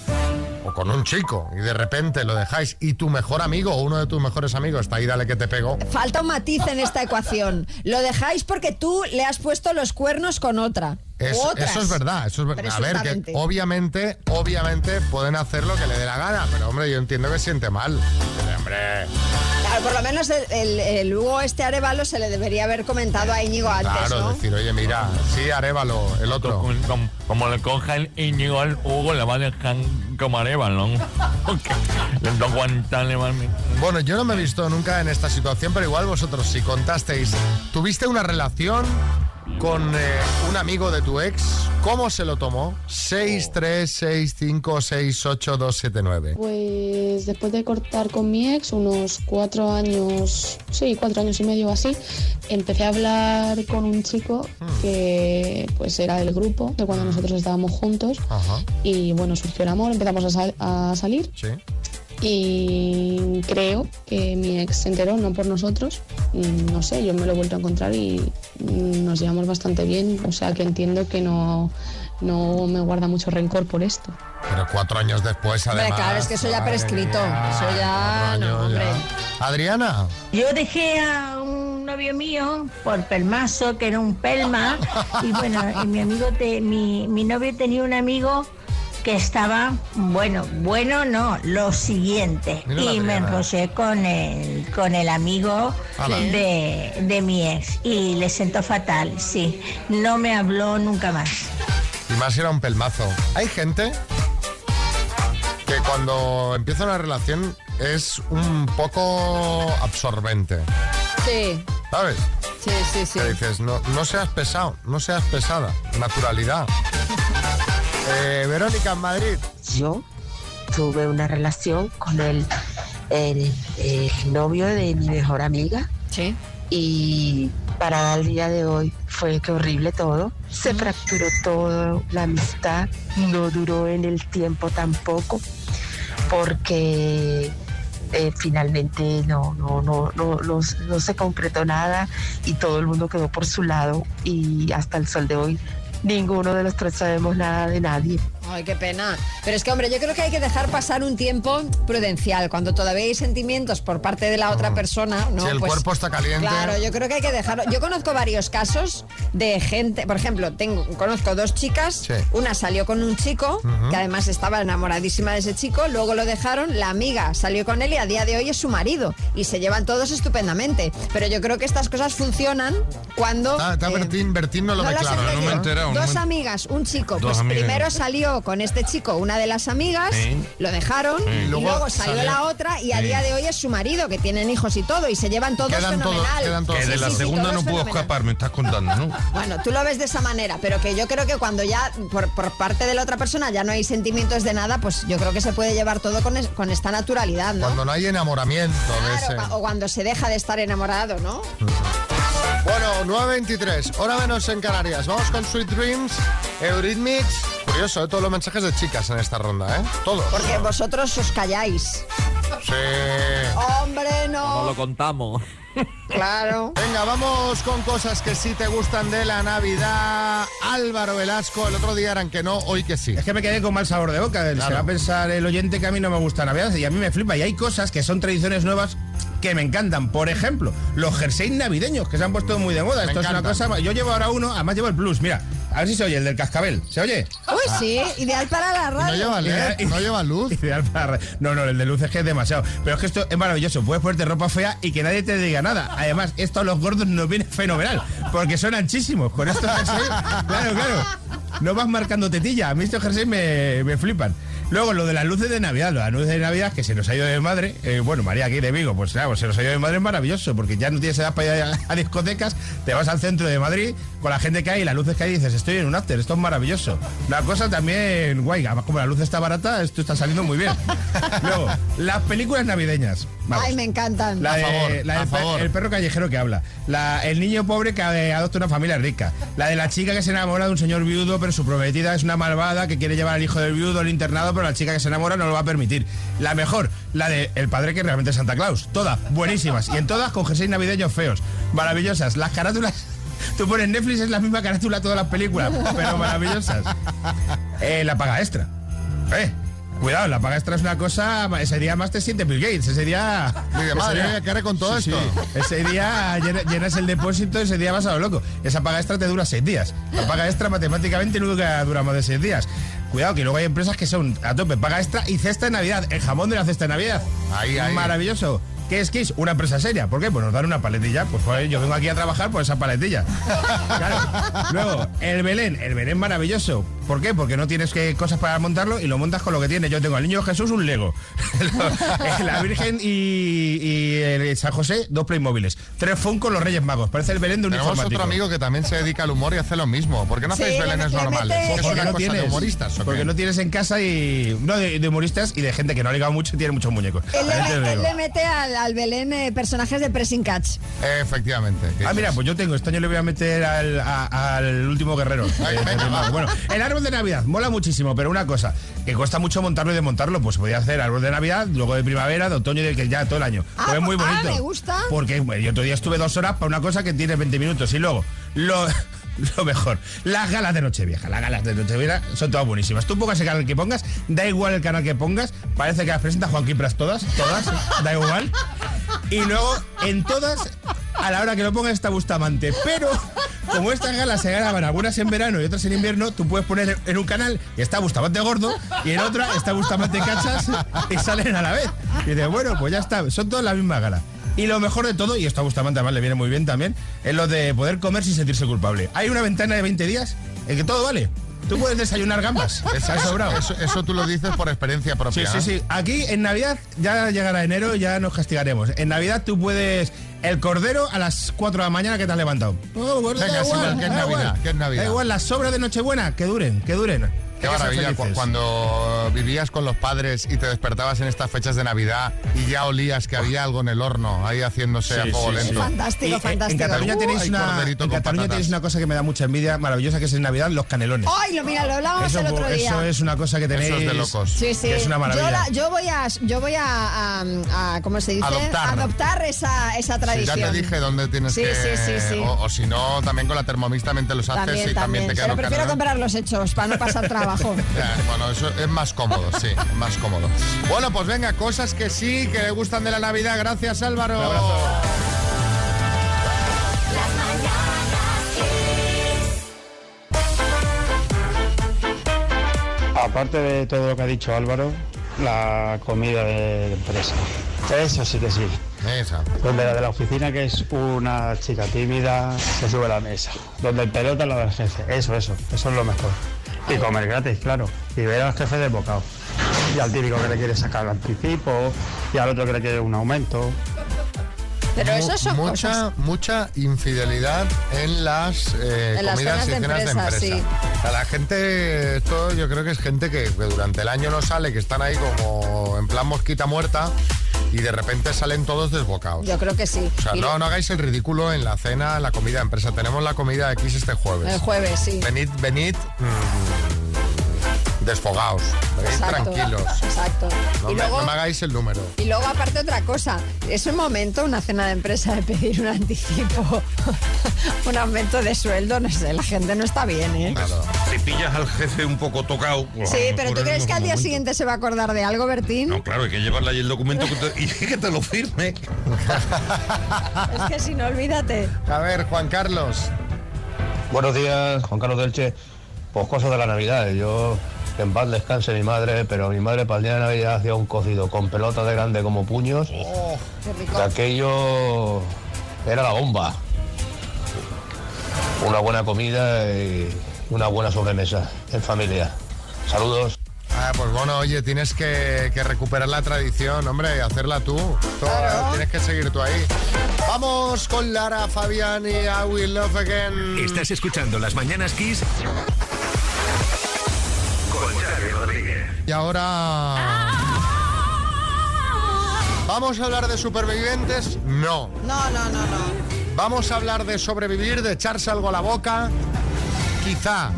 o con un chico y de repente lo dejáis y tu mejor amigo o uno de tus mejores amigos está ahí, dale que te pego.
Falta un matiz en esta ecuación. Lo dejáis porque tú le has puesto los cuernos con otra.
Es-
u otras.
eso es verdad, eso es verdad. A ver, que
Presuntamente.
obviamente, obviamente pueden hacer lo que le dé la gana, pero hombre, yo entiendo que siente mal. Pero, hombre,
Claro, por lo menos el, el- el Hugo este Arevalo se le debería haber comentado a Íñigo antes,
claro,
¿no?
decir, oye, mira, sí, Arevalo, el otro.
Como, como le coja el Íñigo al Hugo, le va a dejar como Arevalo. <laughs> Le no aguantan, le van a-
Bueno, yo no me he visto nunca en esta situación, pero igual vosotros si contasteis, ¿tuviste una relación con eh, un amigo de tu ex? ¿Cómo se lo tomó? 636568279.
Pues después de cortar con mi ex, unos cuatro años, sí, cuatro años y medio o así, empecé a hablar con un chico que pues era del grupo, de cuando nosotros estábamos juntos.
Ajá.
Y bueno, surgió el amor, empezamos a, sal- a salir
Sí.
y creo que mi ex se enteró, no por nosotros. Mm, No sé, yo me lo he vuelto a encontrar y mm, nos llevamos bastante bien, o sea que entiendo que no, no me guarda mucho rencor por esto.
Pero cuatro años después,
Hombre,
además.
claro, es que eso ya
madre
prescrito,
mía,
eso ya,
cuatro
no,
años ya. Adriana.
Yo dejé a un novio mío por pelmazo, que era un pelma, y bueno, y mi amigo, te- mi, mi novio tenía un amigo que estaba, bueno, bueno no, lo siguiente,
Mira la
y me
Adriana.
enrosé con el, con el amigo
Ala.
de, de mi ex, y le sentó fatal, sí, no me habló nunca más.
Y más era un pelmazo. Hay gente que cuando empieza una relación es un poco absorbente.
Sí,
¿Sabes?
sí, sí, sí.
Que dices, no, no seas pesado, no seas pesada.
<laughs>
Naturalidad. Eh, Verónica, en Madrid.
Yo tuve una relación con el, el- el novio de mi mejor amiga.
Sí.
Y para el día de hoy fue que horrible todo. Se fracturó todo, la amistad no duró en el tiempo tampoco, porque eh, finalmente no, no, no, no, no, no se concretó nada y todo el mundo quedó por su lado y hasta el sol de hoy ninguno de los tres sabemos nada de nadie.
Ay, qué pena. Pero es que, hombre, yo creo que hay que dejar pasar un tiempo prudencial. Cuando todavía hay sentimientos por parte de la otra persona, ¿no? Pues,
Si Ah. el cuerpo está caliente.
Claro, yo creo que hay que dejarlo. Yo conozco varios casos de gente, por ejemplo, tengo, conozco dos chicas. Una salió con un chico,
Ujú.
que además estaba enamoradísima de ese chico, luego lo dejaron, la amiga salió con él y a día de hoy es su marido. Y se llevan todos estupendamente. Pero yo creo que estas cosas funcionan cuando.
Ah, está
eh,
Bertín, Bertín no lo
no
ve
las
claro.
he
¿no?
entendido. Dos amigas, un chico.
Dos
pues
amigas.
primero salió con este chico una de las amigas,
Sí.
lo dejaron,
Sí.
y luego, salió, la otra y a
Sí.
día de hoy es su marido, que tienen hijos y todo, y se llevan todos
Quedan todos-
fenomenal.
quedan todos. Que
Sí,
de la
sí, sí,
segunda
todos
no puedo
fenomenal.
escapar, me estás contando, ¿no?
Bueno, tú lo ves de esa manera, pero que yo creo que cuando ya por, por parte de la otra persona ya no hay sentimientos de nada, pues yo creo que se puede llevar todo con, es- con esta naturalidad, ¿no?
Cuando no hay enamoramiento de
Claro,
ese.
cua- o cuando se deja de estar enamorado, ¿no?
Bueno, 9.23, hora menos en Canarias. Vamos con Sweet Dreams, Eurythmics. Curioso, ¿eh? todos los mensajes de chicas en esta ronda, ¿eh? Todos.
Porque vosotros os calláis.
Sí.
Hombre, no.
lo contamos.
Claro.
<laughs> Venga, vamos con cosas que sí te gustan de la Navidad. Álvaro Velasco, el otro día eran que no, hoy que sí.
Es que me quedé con mal sabor de boca. Se
Claro.
va a pensar el oyente que a mí no me gusta Navidad y a mí me flipa. Y hay cosas que son tradiciones nuevas que me encantan. Por ejemplo, los jerseys navideños que se han puesto muy de moda.
Me
Esto es
encantan.
una cosa. Yo llevo ahora uno, además llevo el plus. Mira, a ver si se oye el del cascabel. ¿Se oye?
Uy, sí, ideal para la radio.
no lleva <laughs> luz. No, no, el de luz es que es demasiado. Pero es que esto es maravilloso. Puedes ponerte ropa fea y que nadie te diga nada. Además, esto a los gordos nos viene fenomenal. Porque son anchísimos. Con estos <laughs> jerseys, claro, claro. No vas marcando tetilla. A mí estos jerseys me, me flipan. Luego, lo de las luces de Navidad. Las luces de Navidad que se nos ha ido de madre. Eh, bueno, María aquí de Vigo, pues claro, se nos ha ido de madre es maravilloso. Porque ya no tienes edad para ir a, a discotecas. Te vas al centro de Madrid con la gente que hay, las luces que hay, y dices, estoy en un after. Esto es maravilloso. La cosa también guay. Además, como la luz está barata, esto está saliendo muy bien. Luego, las películas navideñas. Vamos.
Ay, me encantan.
La de- la del pe- El perro callejero que habla. La, el niño pobre que eh, adopta una familia rica. La de la chica que se enamora de un señor viudo, pero su prometida es una malvada que quiere llevar al hijo del viudo al internado, pero la chica que se enamora no lo va a permitir. La mejor, la de el padre que realmente es Santa Claus. Todas, buenísimas. Y en todas con jerseys navideños feos. Maravillosas. Las carátulas. <laughs> Tú pones Netflix, es la misma carátula todas las películas, pero maravillosas. Eh, la paga extra. Eh, cuidado, la paga extra es una cosa. Ese día más te sientes Bill Gates. Ese día.
Ni de madre mía, ¿qué haré con todo esto?
Ese día llena- llenas el depósito, ese día vas a lo loco. Esa paga extra te dura seis días. La paga extra matemáticamente nunca dura más de seis días. Cuidado, que luego hay empresas que son a tope, paga extra y cesta de Navidad. El jamón de la cesta de Navidad.
Ahí, ahí.
Maravilloso. ¿Qué es Kiss? Una empresa seria. ¿Por qué? Pues nos dan una paletilla. Pues joder, yo vengo aquí a trabajar por esa paletilla. Luego, el Belén, el Belén maravilloso. ¿Por qué? Porque no tienes que cosas para montarlo y lo montas con lo que tienes. Yo tengo al niño Jesús un Lego, <laughs> eh, la Virgen y, y el San José dos Playmobiles, tres Funko los Reyes Magos. Parece el Belén de un
Tenemos
informático.
otro amigo que también se dedica al humor y
<laughs>
hace lo mismo. ¿Por qué no hacéis
Sí,
belenes
le- le
normales?
mete-
¿Es
Porque
una
no
cosa de
tienes.
humoristas o
Porque
qué?
no tienes en casa y no de, de humoristas y de gente que no ha ligado mucho y tiene muchos muñecos.
Él
También te lo
le, él
digo.
le mete al, al Belén eh, personajes de Pressing Catch.
Efectivamente.
Ah, mira, pues yo tengo, este año le voy a meter al, a- al último guerrero. Eh, de Mago. bueno, el árbol de Navidad mola muchísimo, pero una cosa, que cuesta mucho montarlo y desmontarlo, pues podía hacer árbol de Navidad, luego de primavera, de otoño y de que ya todo el año.
Ah,
Pues es muy
ah,
bonito.
me gusta.
Porque bueno, yo otro día estuve dos horas para una cosa que tiene 20 minutos y luego lo... <laughs> Lo mejor, las galas de Nochevieja. Las galas de Nochevieja son todas buenísimas. Tú pongas el canal que pongas, da igual el canal que pongas, parece que las presenta Juan Quipras todas, todas, da igual. Y luego, en todas, a la hora que lo ponga está Bustamante. Pero, como estas galas se graban algunas en verano y otras en invierno, tú puedes poner en un canal que está Bustamante gordo y en otra está Bustamante cachas y salen a la vez. Y dices, bueno, pues ya está, son todas la misma gala. Y lo mejor de todo, y esto a Bustamante además le viene muy bien también, es lo de poder comer sin sentirse culpable. Hay una ventana de 20 días en que todo vale. Tú puedes desayunar gambas.
Eso-
Has sobrado.
eso- eso tú lo dices por experiencia propia. ¿eh?
Sí, sí, sí. Aquí en Navidad ya llegará enero, ya nos castigaremos. En Navidad tú puedes el cordero a las 4 de la mañana que te has levantado. No, bueno,
Venga, es igual, que es
da
Navidad,
igual.
que es Navidad.
Da igual, las sobras de Nochebuena, que duren, que duren.
Qué
Hay que ser
maravilla cu-
felices.
cuando vivías con los padres y te despertabas en estas fechas de Navidad y ya olías que había algo en el horno ahí haciéndose a
Sí,
fuego
sí,
lento.
sí. Y, eh, En Cataluña,
Uh,
tenéis,
hay
una,
corderito
en
con
Cataluña
patatas.
tenéis una cosa que me da mucha envidia maravillosa, que es en Navidad los canelones.
¡Ay, lo mira, lo hablábamos
Eso,
el Oh, otro
eso
día!
es una cosa que tenéis.
Eso es de locos.
Sí, sí.
que es una maravilla.
Yo, la- yo voy a, yo voy a, a- a- ¿cómo se dice?
Adoptar.
Adoptar esa, esa
Sí, ya
tradición.
te dije dónde tienes
Sí,
que...
sí, sí, sí.
O, o si no, también con la termomix también te los haces
También,
y también,
también.
te
Pero
quedan
prefiero comprar los hechos para no pasar
<laughs>
trabajo.
Ya, Bueno, eso es más cómodo, sí, más cómodo. Bueno, pues venga, cosas que sí, que le gustan de la Navidad. Gracias, Álvaro.
Aparte de todo lo que ha dicho Álvaro, la comida de empresa. Eso sí que sí.
Esa.
Donde la de la oficina, que es una chica tímida, se sube a la mesa. Donde el pelota la del jefe. Eso, eso. Eso es lo mejor. Y comer gratis, claro. Y ver al jefe del bocado. Y al típico que le quiere sacar el anticipo, y al otro que le quiere un aumento.
Pero
Mu-
eso son
mucha,
cosas.
Mucha infidelidad en las, eh,
En las
comidas
cenas
y
de
cenas
empresa,
de empresa. O sea, la gente, esto yo creo que es gente que, que durante el año no sale, que están ahí como en plan mosquita muerta y de repente salen todos desbocados.
Yo creo que sí.
O sea,
Y
no, no hagáis el ridículo en la cena, en la comida de empresa. Tenemos la comida X este jueves.
El jueves, sí.
Venid, venid mm, desfogaos. Venid
Exacto.
tranquilos.
Exacto. <laughs>
No
y
me-
luego.
no me hagáis el número.
Y luego, aparte, otra cosa, es un momento, una cena de empresa, de pedir un anticipo, <laughs> un aumento de sueldo, no sé, la gente no está bien, ¿eh?
Si pillas al jefe un poco tocado. pues, a
Sí,
lo
pero
mejor
¿tú
es
crees
un
que al día
momento.
siguiente se va a acordar de algo, Bertín?
No, claro, hay que llevarle ahí el documento que te- y <laughs> que te lo firme.
<laughs> Es que si no, olvídate.
A ver, Juan Carlos.
Buenos días, Juan Carlos Delche. Pues cosas de la Navidad. Yo, que en paz descanse mi madre, pero mi madre para el día de Navidad hacía un cocido con pelotas de grande como puños. Que aquello era la bomba. Una buena comida y una buena sobremesa en familia. Saludos.
Ah, pues bueno, oye, tienes que, que recuperar la tradición, hombre, y hacerla tú. Tú, eh, Tienes que seguir tú ahí. Vamos con Lara Fabián y I Will Love Again.
Estás escuchando Las Mañanas Kiss con Xavi Rodríguez.
Y ahora... ¿Vamos a hablar de supervivientes? No.
No, no, no, no.
¿Vamos a hablar de sobrevivir, de echarse algo a la boca? Quizá.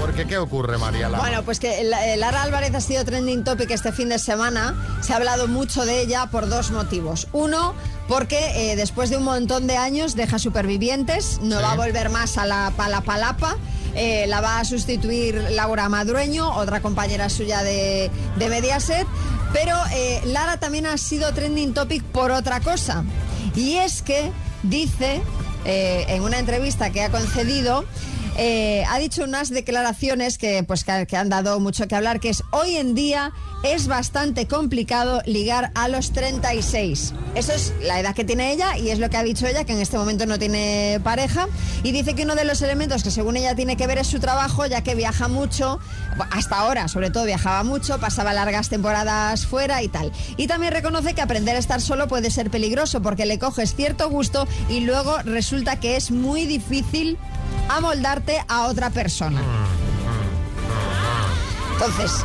Porque ¿qué ocurre, María Lara?
Bueno, pues que la- eh, Lara Álvarez ha sido trending topic este fin de semana. Se ha hablado mucho de ella por dos motivos. Uno, porque eh, después de un montón de años deja supervivientes, no
Sí.
va a volver más a la palapalapa. Eh, la va a sustituir Laura Madrueño, otra compañera suya de, de Mediaset. Pero eh, Lara también ha sido trending topic por otra cosa. Y es que dice, eh, en una entrevista que ha concedido, eh, ha dicho unas declaraciones que, pues, que, que han dado mucho que hablar, que es hoy en día es bastante complicado ligar a los 36. Eso es la edad que tiene ella y es lo que ha dicho ella, que en este momento no tiene pareja. Y dice que uno de los elementos que según ella tiene que ver es su trabajo, ya que viaja mucho, hasta ahora sobre todo viajaba mucho, pasaba largas temporadas fuera y tal. Y también reconoce que aprender a estar solo puede ser peligroso porque le coges cierto gusto y luego resulta que es muy difícil amoldarte a otra persona.
Ah.
Entonces,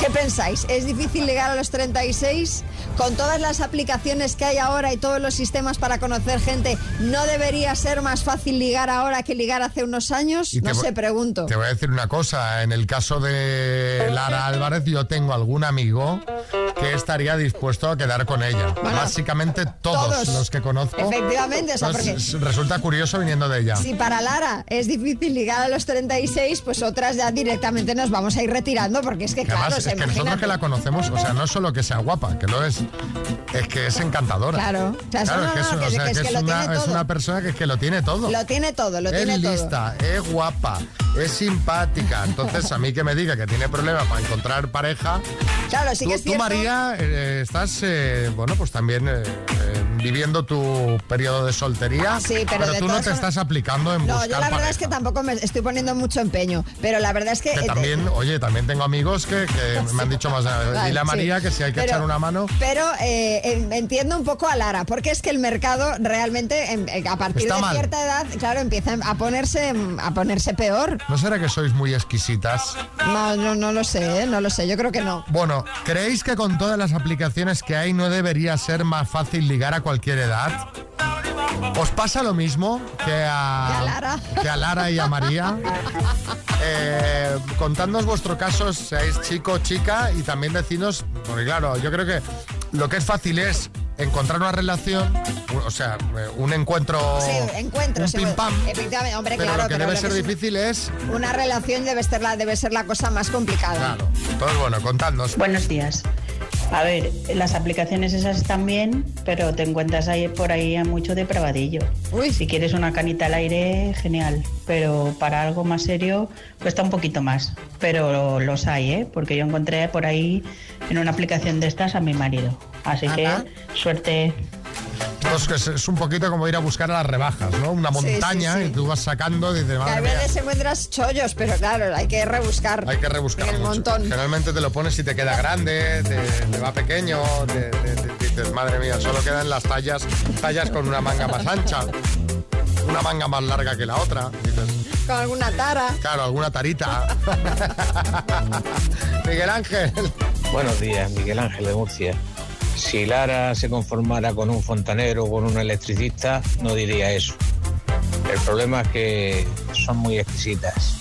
¿qué pensáis? ¿Es difícil llegar a los 36? Con todas las aplicaciones que hay ahora y todos los sistemas para conocer gente, ¿no debería ser más fácil ligar ahora que ligar hace unos años?
Y te
No
vo-
sé, pregunto.
Te voy a decir una cosa, en el caso de Lara Álvarez yo tengo algún amigo que estaría dispuesto a quedar con ella. Básicamente todos,
todos.
los que conozco.
Efectivamente, o sea,
Entonces,
porque-
s- Resulta curioso viniendo de ella.
Si para Lara es difícil ligar a los 36, pues otras ya directamente nos vamos a ir retirando porque es que,
Que
claro,
además,
se
es que nosotros
imagina-
que la conocemos, o sea, no solo que sea guapa, que lo es, es que es encantadora.
Claro. O sea, eso no,
es que es-
no, que-
o sea,
que es
que
que
es
lo
una-
tiene
es
todo.
una persona que es que lo tiene todo.
Lo tiene todo, lo
es
tiene todo.
lista, es guapa, es simpática. Entonces, a mí que me diga que tiene problemas para encontrar pareja.
Claro, sí
tú,
que es
tú,
cierto.
María, eh, estás, eh, bueno, pues también eh, eh, viviendo tu periodo de soltería.
Sí, pero de
tú no
todas
te
formas-
estás aplicando en
No,
buscar
yo la verdad
pareja.
es que tampoco me estoy poniendo mucho empeño, pero la verdad es que...
Que
eh,
también, oye, también tengo amigos que, que
<laughs>
me han dicho más. eh,
Vale,
Dile a
sí.
María que si hay que
Pero-
echar una mano.
Pero eh, en- entiendo un poco a Lara, porque es que el mercado realmente em, eh, a partir
Está
de
mal.
cierta edad, claro, empieza a ponerse a ponerse peor.
¿No será que sois muy exquisitas?
No, no, no lo sé, ¿eh? no lo sé. Yo creo que no.
Bueno, ¿creéis que con todas las aplicaciones que hay no debería ser más fácil ligar a cualquier edad? ¿Os pasa lo mismo que a,
Que a Lara.
que a Lara y a María? Eh, contadnos vuestro caso, seáis chico o chica, y también decidnos, porque claro, yo creo que lo que es fácil es encontrar una relación, u- o sea, eh, un encuentro.
Sí, encuentro.
un
sí,
pim
bueno,
pam.
Efectivamente, hombre,
eh, Pero
claro.
lo que debe ser difícil es...
Una relación debe ser la, debe ser la cosa más complicada.
Claro. Entonces, pues bueno, contadnos.
Buenos días. A ver, las aplicaciones esas están bien, pero te encuentras ahí por ahí a mucho depravadillo. Si quieres una canita al aire, genial. Pero para algo más serio cuesta un poquito más. Pero los hay, ¿eh? Porque yo encontré por ahí en una aplicación de estas a mi marido. Así que suerte.
Entonces, que es- es un poquito como ir a buscar a las rebajas, ¿no? Una
Sí, sí,
montaña
sí.
y tú vas sacando y
Que
dices,
a
madre mía,
veces encuentras chollos, pero claro, hay que rebuscar.
hay que rebuscar
El
mucho.
montón.
Generalmente te lo pones y te queda grande, te, te va pequeño, te, te- te- dices, madre mía, solo quedan las tallas, tallas con una manga más ancha, una manga más larga que la otra. Dices,
Con alguna tara.
claro, alguna
<laughs>
tarita. Miguel Ángel.
Buenos días, Miguel Ángel de Murcia. Si Lara se conformara con un fontanero o con un electricista, no diría eso. El problema es que son muy exquisitas.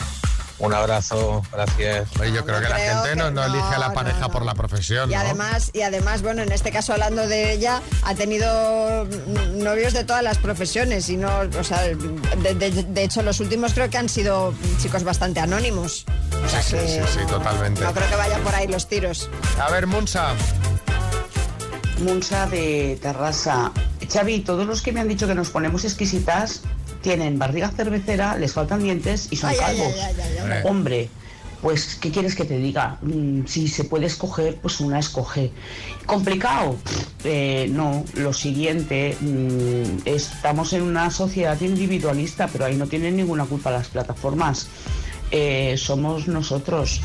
Un abrazo, gracias.
yo creo
que
la creo gente no- que no elige a la no, pareja por la profesión.
Y además, y además, bueno, en este caso hablando de ella, ha tenido mm, novios de todas las profesiones y no, o sea, de, de- de hecho los últimos creo que han sido chicos bastante anónimos. O sea
Sí,
que
sí, sí, totalmente.
eh, no creo que vayan por ahí los tiros.
A ver, Munsa.
Munsa de Terrassa. Xavi, todos los que me han dicho que nos ponemos exquisitas tienen barriga cervecera, les faltan dientes y son
Ay, ay,
calvos.
ay, ay, ay, ay.
Hombre, pues, ¿qué quieres que te diga? Mm, si se puede escoger, pues una escoge. ¿Complicado? Eh, no, lo siguiente, mm, estamos en una sociedad individualista, pero ahí no tienen ninguna culpa las plataformas. Eh, somos nosotros.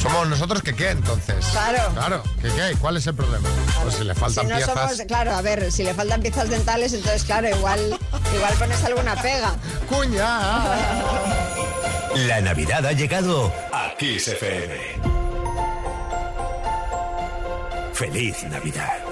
¿Somos nosotros que qué entonces?
Claro.
Claro, ¿que qué? ¿Cuál es el problema? Pues si le
Si
faltan
no
piezas.
somos, claro, a ver, si le faltan piezas dentales, entonces claro, igual, igual pones alguna pega.
¡Cuña!
La Navidad ha llegado a Kiss FM. Feliz Navidad.